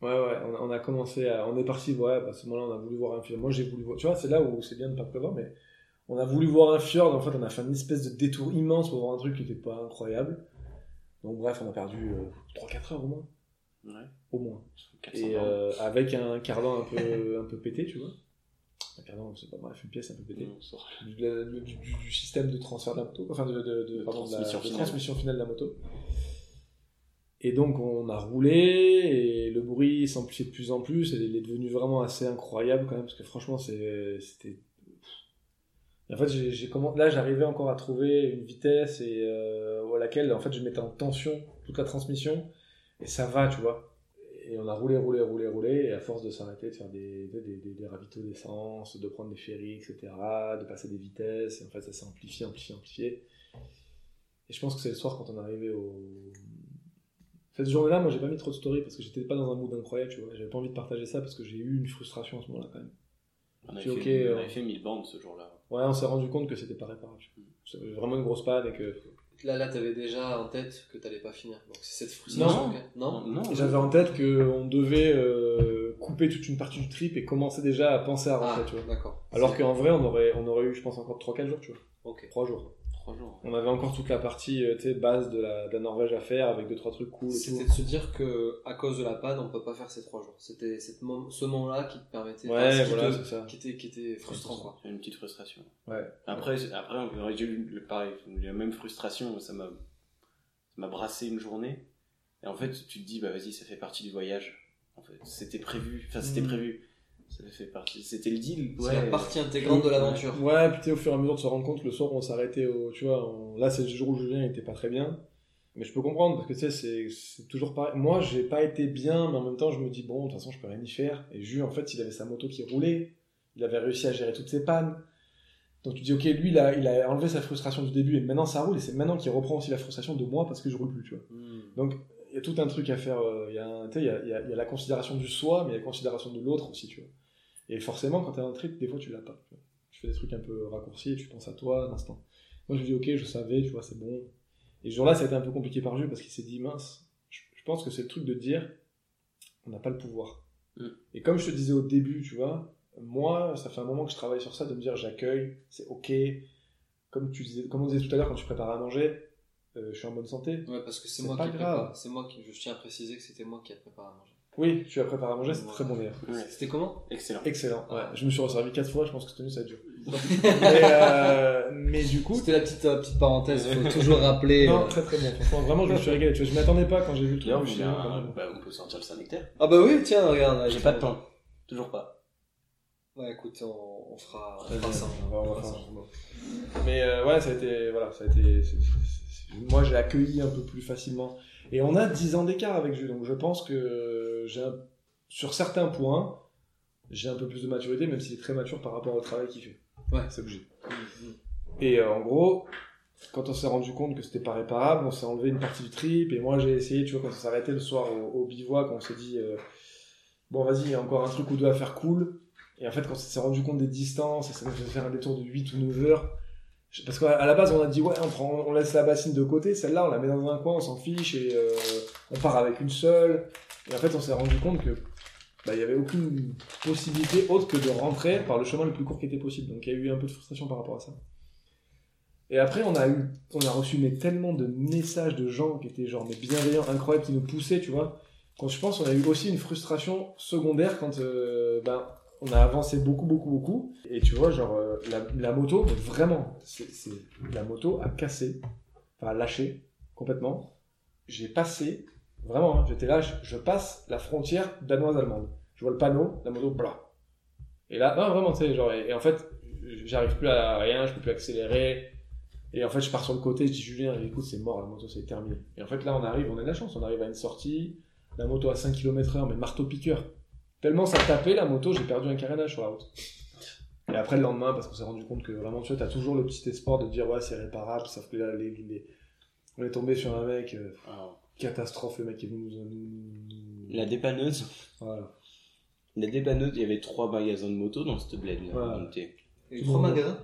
On, a- on a commencé à. On est parti, ouais, bah, à ce moment-là, on a voulu voir un fjord. Moi, j'ai voulu voir. Tu vois, c'est là où c'est bien de ne pas pleuvoir, mais on a voulu voir un fjord. En fait, on a fait une espèce de détour immense pour voir un truc qui n'était pas incroyable. Donc, bref, on a perdu 3-4 heures au moins. Ouais. Au moins. 400 et bornes. euh, avec un cardan un peu, un peu pété, tu vois. Un cardan, c'est pas bref, une pièce un peu pétée. Non, on sort. Du, de la- du- du- du système de transfert de la moto, enfin de, de- de- Mm. De pardon, de la- transmission de finale. transmission finale de la moto. Et donc on a roulé et le bruit s'amplifiait de plus en plus et il est devenu vraiment assez incroyable quand même parce que franchement c'est- c'était... En fait j'ai j'ai commen- là j'arrivais encore à trouver une vitesse et euh, à laquelle en fait je mettais en tension toute la transmission et ça va tu vois. Et on a roulé, roulé, roulé, roulé, et à force de s'arrêter, de faire des, des, des, des ravitaux d'essence, de prendre des ferries, etc., de passer des vitesses, et en fait ça s'est amplifié, amplifié, amplifié. Et je pense que c'est le soir quand on est arrivé au. Cette journée-là, moi j'ai pas mis trop de story parce que j'étais pas dans un mood incroyable, tu vois. J'avais pas envie de partager ça parce que j'ai eu une frustration à ce moment-là quand même. On avait, Puis, ok, fait, on euh, avait fait 1000 bandes ce jour-là. Ouais, on s'est rendu compte que c'était pas réparable. tu vois. C'était vraiment une grosse panne et que. Là, là, t'avais déjà en tête que t'allais pas finir. Donc c'est cette Non. frustration. ok. Non. non. J'avais en tête qu'on devait euh, couper toute une partie du trip et commencer déjà à penser à rentrer, Ah, tu vois. d'accord. Alors qu'en vrai, on aurait, on aurait eu, je pense, encore 3-4 jours, tu vois. Ok. 3 jours. 3 jours. On avait encore toute la partie euh, tu sais, base de la, de la Norvège à faire avec 2-3 trucs cool et C'était tout. de se dire que à cause de la panne, on peut pas faire ces trois jours. C'était cette mom- ce moment-là qui te permettait. enfin, ce Ouais, qui voilà, te- c'est ça. qui était, qui était frustrant quoi. Une petite frustration. Ouais. Après, après on aurait eu le pareil. j'ai eu La même frustration, ça m'a ça m'a brassé une journée. Et en fait, tu te dis, bah vas-y, ça fait partie du voyage. En fait, c'était prévu. Enfin, c'était Mm. prévu. Ça fait partie. C'était le deal. C'est la partie intégrante de l'aventure. Ouais, puis tu sais, au fur et à mesure de se rendre compte, le soir, on s'arrêtait au. Tu vois, on- là, c'est le jour où Julien était pas très bien. Mais je peux comprendre, parce que tu sais, c'est- c'est toujours pareil. Moi, j'ai pas été bien, mais en même temps, je me dis, bon, de toute façon, je peux rien y faire. Et Jules, en fait, il avait sa moto qui roulait. Il avait réussi à gérer toutes ses pannes. Donc tu dis, ok, lui, il a, il a enlevé sa frustration du début, et maintenant ça roule, et c'est maintenant qu'il reprend aussi la frustration de moi parce que je roule plus, tu vois. Hmm. Donc, il y a tout un truc à faire. euh, Il y, a un- tu sais, il y a, il y a- il y a la considération du soi, mais il y a la considération de l'autre aussi, tu vois. Et forcément, quand t'as un trip, des fois, tu l'as pas. Tu, vois. Tu fais des trucs un peu raccourcis et tu penses à toi à l'instant. Moi, je me dis, ok, je savais, tu vois, c'est bon. Et ce jour-là, ça a été un peu compliqué par jeu parce qu'il s'est dit, mince, je, je pense que c'est le truc de dire, on n'a pas le pouvoir. Mm. Et comme je te disais au début, tu vois, moi, ça fait un moment que je travaille sur ça, de me dire, j'accueille, c'est ok. Comme, tu disais, comme on disait tout à l'heure, quand tu prépares à manger, euh, je suis en bonne santé, Ouais, parce que c'est C'est moi pas qui grave. prépare. C'est moi qui. Je tiens à préciser que c'était moi qui a préparé à manger. Oui, tu as préparé à manger, c'est Ouais. très bon d'ailleurs. C'était comment Excellent. Excellent. Ouais. Je me suis resservi quatre fois, je pense que cette nuit ça dure. Mais, C'était euh, mais du coup, la petite, la petite parenthèse. Faut toujours rappeler. non, euh, très très bon. Franchement, vraiment, je me suis régalé. Tu vois, je m'attendais pas quand j'ai vu le truc. D'ailleurs, je me on suis dit, a- quand même. bah, on peut sortir le Saint-Nectaire. Ah bah oui, tiens, regarde. J'ai pas de pain. Toujours pas. Ouais, écoute, on, on fera, on Vas-y, fera ça. on va- on on va fera faire ça. un combo. Mais euh, ouais, ça a été, voilà, ça a été. c'est- c'est- c'est- Moi, j'ai accueilli un peu plus facilement. Et on a 10 ans d'écart avec Jules, donc je pense que j'ai, un- sur certains points, j'ai un peu plus de maturité, même s'il est très mature par rapport au travail qu'il fait. Ouais. c'est obligé. Mhm. Et euh, en gros, quand on s'est rendu compte que c'était pas réparable, on s'est enlevé une partie du trip. Et moi, j'ai essayé, tu vois, quand on s'est arrêté le soir au, au bivouac, on s'est dit, euh, bon, vas-y, il y a encore un truc ou deux à faire cool. Et en fait, quand on s'est rendu compte des distances, et ça nous fait faire un détour de 8 ou 9 heures. je- Parce qu'à à la base, on a dit, ouais, on, prend, on laisse la bassine de côté, celle-là, on la met dans un coin, on s'en fiche, et euh, on part avec une seule. Et en fait, on s'est rendu compte que. bah, Il n'y avait aucune possibilité autre que de rentrer par le chemin le plus court qui était possible. Donc il y a eu un peu de frustration par rapport à ça. Et après, on a eu, on a reçu mais, tellement de messages de gens qui étaient genre mais bienveillants, incroyables, qui nous poussaient, tu vois. Quand je pense, on a eu aussi une frustration secondaire quand euh, ben, on a avancé beaucoup, beaucoup, beaucoup. Et tu vois, genre, euh, la, la moto, mais vraiment, c'est, c'est- la moto a cassé, enfin, a lâché complètement. J'ai passé, vraiment, hein, j'étais là, je, je passe la frontière danoise-allemande. Je vois le panneau, la moto, blah. Et là, non, vraiment, tu sais, genre, et, et en fait, j'arrive plus à rien, je peux plus accélérer. Et en fait, je pars sur le côté, je dis Julien, écoute, c'est mort, la moto, c'est terminé. Et en fait, là, on arrive, on a de la chance, on arrive à une sortie, la moto à 5 km/h, mais marteau-piqueur. Tellement ça tapait la moto, j'ai perdu un carénage sur la route. Et après le lendemain, parce qu'on s'est rendu compte que vraiment, tu vois, t'as toujours le petit espoir de dire ouais, c'est réparable, sauf que là, les, les- on est tombé sur un mec, euh, Ah. catastrophe, le mec est venu nous. nous- nous- La dépanneuse. Voilà. La dépanneuse, il y avait trois magasins de moto dans cette bled là. Ouais. on était. Et trois magasins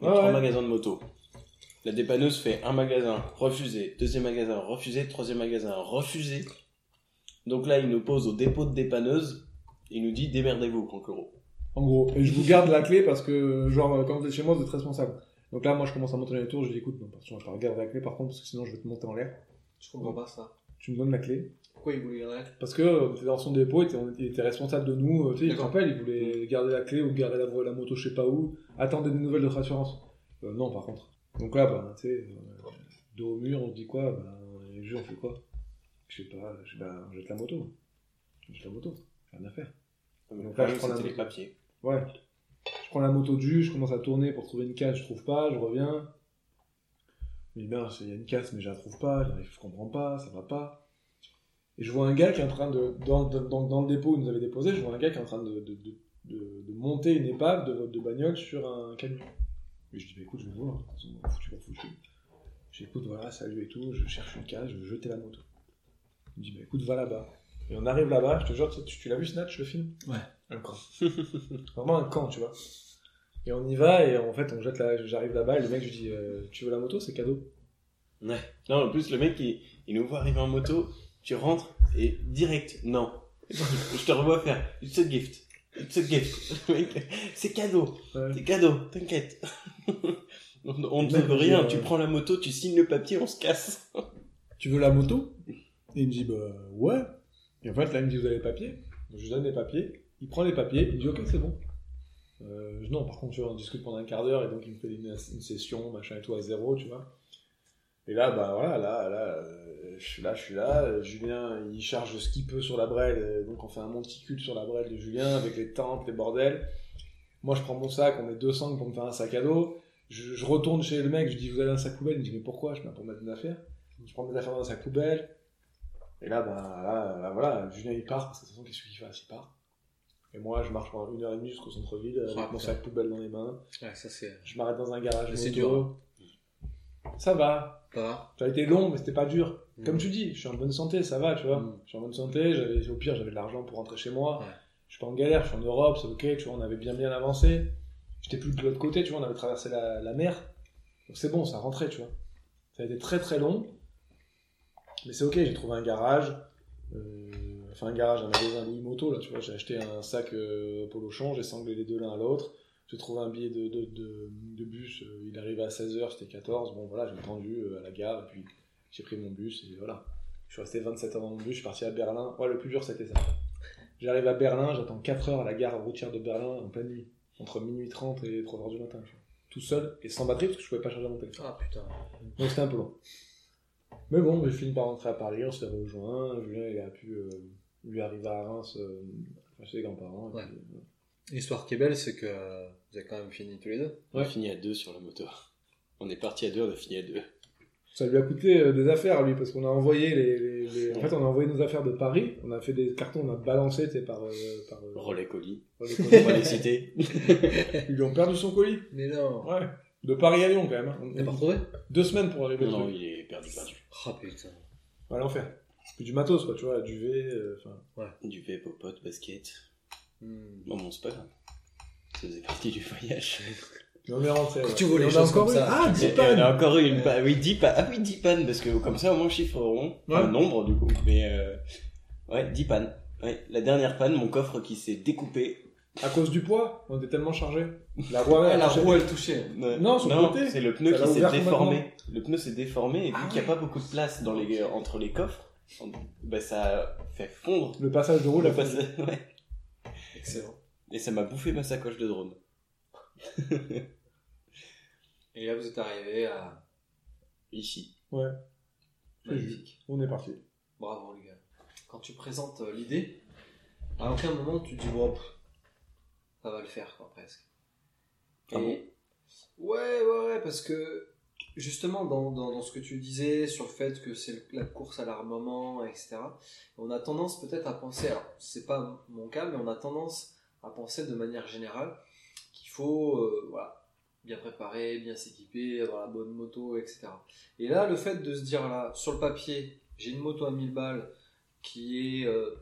Il y a Ouais, trois ouais. magasins de moto. La dépanneuse fait un magasin, refusé, deuxième magasin, refusé, troisième magasin, refusé. Donc là, il nous pose au dépôt de dépanneuse. Il nous dit démerdez-vous, Concoro. En gros, et je vous garde la clé parce que, genre, quand vous êtes chez moi, vous êtes responsable. Donc là, moi, je commence à monter dans les tours, je dis écoute, non, par contre, je te regarde la clé par contre, parce que sinon, je vais te monter en l'air. Je comprends pas ça. Tu me donnes la clé, Pourquoi ils voulaient rien Parce que euh, on était dans son dépôt, il était, on était- il était responsable de nous. euh, Tu sais, il te D'accord. rappelle, il voulait garder la clé ou garder la, vo- la moto, je sais pas où. Attendre des nouvelles de notre assurance. Euh, non, par contre. Donc là, bah, tu sais, euh, dos au mur, on se dit quoi bah, Les jeux, on fait quoi Je sais pas, je, bah, on jette la moto. On jette la moto, rien à faire. Le Donc là, problème, je prends la Ah c'était les moto. papiers. Ouais. Je prends la moto du, je commence à tourner pour trouver une case, je trouve pas, je reviens. Mais bien, il y a une case, mais je la trouve pas, j'arrive- je comprends pas, ça va pas. Et je vois un gars qui est en train de. Dans, dans- dans- dans le dépôt où il nous avait déposé, je vois un gars qui est en train de, de- de- de- de monter une épave de, de bagnole sur un camion. Et je dis, bah écoute, je vais voir. Ils ont foutu pour foutu. J'écoute, voilà, salut et tout, je cherche une case, je veux jeter la moto. Il me dit, bah écoute, va là-bas. Et on arrive là-bas, je te jure, tu, tu- tu l'as vu Snatch le film Ouais. Un camp. Vraiment un camp, tu vois. Et on y va, et en fait, on jette la... j'arrive là-bas, et le mec, je lui dis, euh, tu veux la moto, c'est cadeau. Non, en plus, le mec, il, il nous voit arriver en moto. Tu rentres et direct, non. je te revois faire it's a gift. It's a gift. Le mec, C'est cadeau. Ouais. C'est cadeau, t'inquiète. on on ne Mec, veut j'ai, rien, euh, tu prends la moto, tu signes le papier, on se casse. Tu veux la moto Et il me dit, bah ouais. Et en fait, là, il me dit, vous avez les papiers Donc, Je lui donne les papiers, il prend les papiers, il me dit, ok, c'est bon. Euh, non, par contre, tu vois, on discute pendant un quart d'heure, et donc il me fait une, une session, machin et tout, à zéro, tu vois. Et là, bah voilà, là, là, euh, je suis là, je suis là. euh, Julien, il charge ce qu'il peut sur la brêle, euh, donc on fait un monticule sur la brêle de Julien, avec les tentes, les bordels. Moi, je prends mon sac, on est 200 pour me faire un sac à dos. Je, je retourne chez le mec, je dis, vous avez un sac poubelle Il me dit, mais pourquoi Je dis, Bah, pour mettre une affaire. Je prends mes affaires dans sa poubelle. Et là, ben, là, là, voilà, Julien il part, parce que de toute façon, qu'est-ce qu'il fasse Il part. Et moi, je marche pendant une heure et demie jusqu'au centre-ville, avec Ah, mon putain. sac poubelle dans les mains. Ouais, Ah, ça c'est Je m'arrête dans un garage. Mais c'est hein. moto. Ça va. pas. Ça a été long, mais c'était pas dur. Mm. Comme tu dis, je suis en bonne santé, ça va, tu vois. Mm. Je suis en bonne santé, j'avais, au pire, j'avais de l'argent pour rentrer chez moi. Ouais. Je suis pas en galère, je suis en Europe, c'est ok, tu vois, on avait bien bien avancé. J'étais plus de l'autre côté, tu vois, on avait traversé la, la mer. Donc c'est bon, ça rentrait, tu vois. Ça a été très très long. Mais c'est ok, j'ai trouvé un garage. euh, enfin, un garage, un magasin Louis Moto, là, tu vois. J'ai acheté un sac euh, Polochon, j'ai sanglé les deux l'un à l'autre. J'ai trouvé un billet de, de, de- de bus, euh, il arrivait à 16h, c'était 14. Bon, voilà, j'ai attendu euh, à la gare, et puis j'ai pris mon bus, et voilà. Je suis resté 27 heures dans mon bus, je suis parti à Berlin. Ouais, le plus dur, c'était ça. J'arrive à Berlin, j'attends 4 heures à la gare routière de Berlin en pleine nuit, entre minuit 30 et 3 heures du matin, tu vois. tout seul et sans batterie parce que je pouvais pas charger mon téléphone. Ah putain. Donc c'était un peu long. Mais bon, j'ai fini par rentrer à Paris, on s'est rejoint. Julien, il a pu euh, lui arriver à Reims euh, chez ses grands-parents. et Ouais. puis, euh, L'histoire qui est belle, c'est que euh, vous avez quand même fini tous les deux. On Ouais. a fini à deux sur la moto. On est parti à deux, on a fini à deux. Ça lui a coûté euh, des affaires, lui, parce qu'on a envoyé les, les- les- En fait, on a envoyé nos affaires de Paris, on a fait des cartons, on a balancé, tu sais, par... euh, par euh, Relais colis. par les On colis. va les citer. Ils lui ont perdu son colis. Mais non. Ouais. De Paris à Lyon, quand même. hein. T'as pas retrouvé Deux semaines pour arriver. Non, au non, truc. il est perdu, perdu. Ah putain. À l'enfer. Puis du matos, quoi, tu vois, du V, euh, enfin... Du vape, popote, basket. Hmm. Non, bon, c'est pas grave. Ça faisait partie du voyage. mais on est rentré. Quand ouais. tu vois Et les on a choses encore comme eu- ça, Ah, Et- dix et on a pannes encore eu une panne. Oui, 10 pannes. Ah oui, 10 pannes, parce que comme ça, au moins, on chiffre rond. Ouais. Un nombre, du coup. Mais euh, ouais, 10 pannes. Ouais, la dernière panne, mon coffre qui s'est découpé. À cause du poids, on était tellement chargé. La roue Ouais, arrière, Ah, la j'ai- roue, elle touchait. Non, sur le côté. c'est le pneu Ça l'a qui s'est ouvert déformé. complètement. Le pneu s'est déformé et vu Ah qu'il n'y a pas beaucoup de place dans les, entre les coffres, on- bah, ça fait fondre. le passage de roue, la le passage- ouais. Excellent. Et ça m'a bouffé ma sacoche de drone. Et là, vous êtes arrivé à. Ici. Magnifique. on est parti. Bravo, les gars. Quand tu présentes euh, l'idée, à aucun moment tu te dis, bon, pff, ça va le faire, quoi, presque. Ah bon Et- ouais, ouais, ouais, parce que justement, dans, dans- dans ce que tu disais sur le fait que c'est le- la course à l'armement, etc., on a tendance peut-être à penser, alors c'est pas mon cas, mais on a tendance à penser de manière générale qu'il faut euh, voilà, bien préparer, bien s'équiper, avoir la bonne moto, etc. Et là, le fait de se dire, là, sur le papier, j'ai une moto à 1000 balles qui est, euh,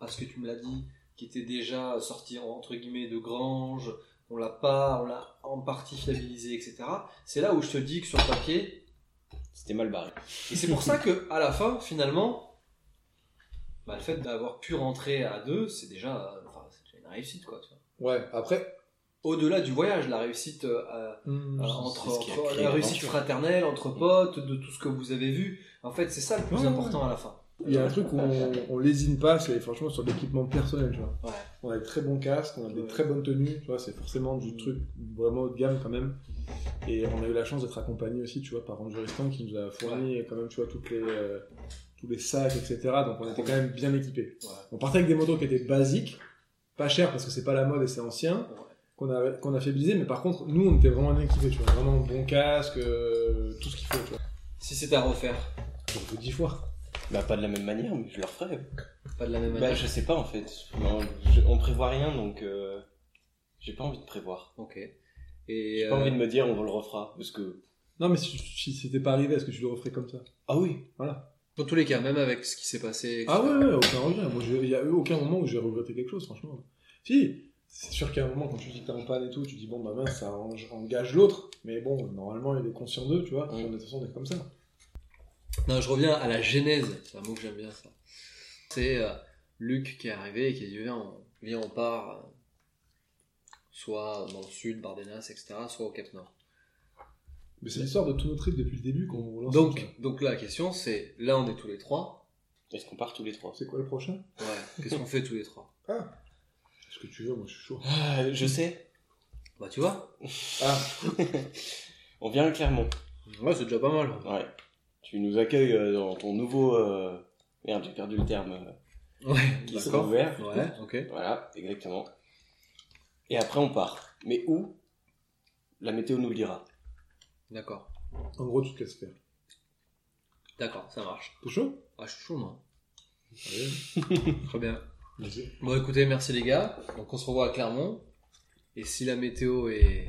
parce que tu me l'as dit, qui était déjà sortie entre guillemets de grange, on l'a pas, on l'a en partie fiabilisé, etc. C'est là où je te dis que sur le papier, C'était mal barré. et c'est pour ça que à la fin, finalement, bah, le fait d'avoir pu rentrer à deux, c'est déjà, euh, enfin, c'est déjà une réussite, quoi. tu vois. Ouais, après, Au-delà du voyage, la réussite euh, à- hum, euh, c'est- entre, c'est ce qui a entre créé la réussite l'aventure. fraternelle, entre potes, de tout ce que vous avez vu. En fait, c'est ça le plus Ouais, important à la fin. il y a un truc où on, on lésine pas, c'est franchement sur l'équipement personnel, tu vois. Ouais. On a des très bons casques, on a des Ouais. très bonnes tenues, tu vois, c'est forcément du truc vraiment haut de gamme quand même. Et on a eu la chance d'être accompagné aussi, tu vois, par Rangeristan qui nous a fourni quand même, tu vois, toutes les, euh, tous les sacs, etc. Donc on était quand même bien équipés. Ouais. On partait avec des motos qui étaient basiques, pas chères parce que c'est pas la mode et c'est ancien, qu'on a, qu'on a faibliser, mais par contre, nous on était vraiment bien équipés, tu vois, vraiment bon casque, euh, tout ce qu'il faut, tu vois. Si c'était à refaire, Donc, je vous dis fois. Bah, pas de la même manière, mais je le referais. pas de la même Bah, manière. je sais pas en fait. Non, je- on prévoit rien donc euh, j'ai pas envie de prévoir. Ok. Et J'ai pas euh, envie de me dire on le refera parce que. Non, mais si, si c'était pas arrivé, est-ce que tu le referais comme ça Ah oui dans tous les cas, même avec ce qui s'est passé, etc. Ah ouais, ouais, aucun regret. Moi, j'ai- il n'y a eu aucun moment où j'ai regretté quelque chose, franchement. Si, c'est sûr qu'à un moment, quand tu dis que t'es en panne et tout, tu dis bon, bah mince, ça en- engage l'autre. Mais bon, normalement, il est conscient d'eux, tu vois. Ouais. On est- De toute façon, on est comme ça. Non, je reviens à la genèse. C'est un mot que j'aime bien, ça. C'est euh, Luc qui est arrivé et qui a dit Viens, on, viens, on part. euh, soit dans le sud, Bardenas, etc., soit au Cap Nord. Mais c'est l'histoire de tous nos trips depuis le début qu'on lance. Donc, comme ça. donc là, la question, c'est là, on est tous les trois. Est-ce qu'on part tous les trois c'est quoi le prochain Ouais, qu'est-ce qu'on fait tous les trois Ce que tu veux, moi, je suis chaud. Ah, Je sais. Bah, tu vois Ah, On vient à Clermont. Ouais, c'est déjà pas mal. Ouais. Tu nous accueilles euh, dans ton nouveau. euh, Merde, j'ai perdu le terme. euh, Ouais, Qui sera d'accord. ouvert. Ouais, ok. Voilà, exactement. Et après on part. Mais où La météo nous le dira. D'accord. en gros, tu te laisses faire. D'accord, ça marche. T'es chaud Ah, je suis chaud, moi. Allez, Très bien. vas-y. Bon, écoutez, merci les gars. Donc, on se revoit à Clermont. Et si la météo est.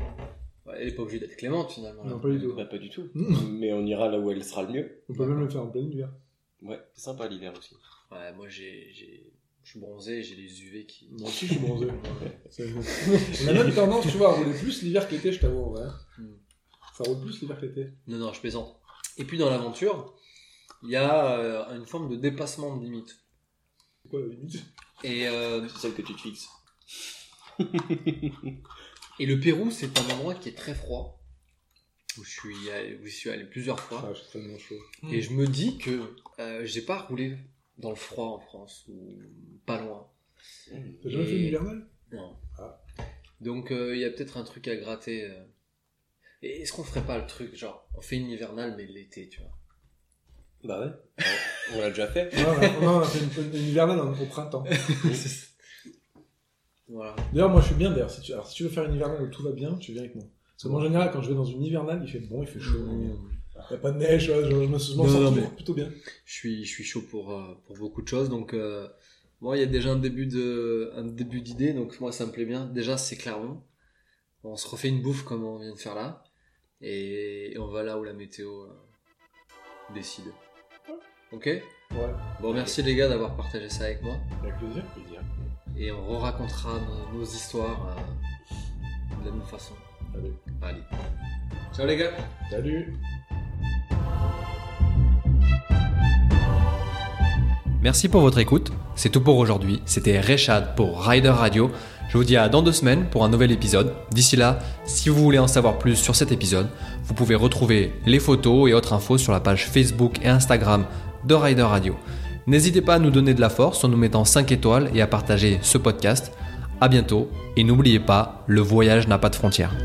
ouais, elle est pas obligée d'être clémente finalement. Non, pas du tout. Bah, pas du tout. Mmh. Mais on ira là où elle sera le mieux. On peut même le faire en plein hiver. Ouais, c'est sympa l'hiver aussi. Ouais, moi j'ai. j'ai- Je suis bronzé, j'ai les UV qui. Moi aussi, je suis bronzé. C'est- on a même tendance, tu vois, à rouler plus l'hiver que l'été, je t'avoue, en vrai. Hmm. Ça roule plus l'hiver que l'été. Non, non, je plaisante. Et puis dans l'aventure, il y a euh, une forme de dépassement de limite. C'est quoi la limite Et, euh, C'est celle que tu te fixes. et le Pérou, c'est un endroit qui est très froid, où je suis allé, où je suis allé plusieurs fois. Ah, je suis tellement chaud. Et je me dis que euh, j'ai pas roulé dans le froid en France, ou pas loin. T'as jamais Et- fait une hivernale Non. Ah. Donc euh, il y a peut-être un truc à gratter. euh. Et est-ce qu'on ferait pas le truc, genre, on fait une hivernale mais l'été, tu vois Bah ouais. on l'a déjà fait. Non, on a- non, on a fait une, une hivernale en- au printemps. Voilà. D'ailleurs, moi, je suis bien. D'ailleurs, si tu, alors, si tu veux faire une hivernale où tout va bien, tu viens avec moi. Parce que moi, en général, quand je vais dans une hivernale, il fait bon, il fait chaud. Il y a pas de neige, ouais, genre, je me sens je m'en Non, sens non, toujours mais- plutôt bien. Je suis, je suis chaud pour, euh, pour beaucoup de choses. Donc, euh, moi, il y a déjà un début de, un début d'idée. Donc, moi, ça me plaît bien. Déjà, c'est Clermont. On se refait une bouffe comme on vient de faire là. Et, et on va là où la météo euh, décide. Ok Ouais, Bon, merci les gars d'avoir partagé ça avec moi. avec plaisir. Et on racontera nos, nos histoires euh, de la même façon. Allez. Allez. Ciao les gars Salut Merci pour votre écoute. C'est tout pour aujourd'hui. C'était Rechad pour Rider Radio. Je vous dis à dans deux semaines pour un nouvel épisode. D'ici là, si vous voulez en savoir plus sur cet épisode, vous pouvez retrouver les photos et autres infos sur la page Facebook et Instagram de Rider Radio. N'hésitez pas à nous donner de la force en nous mettant 5 étoiles et à partager ce podcast. À bientôt et n'oubliez pas, le voyage n'a pas de frontières.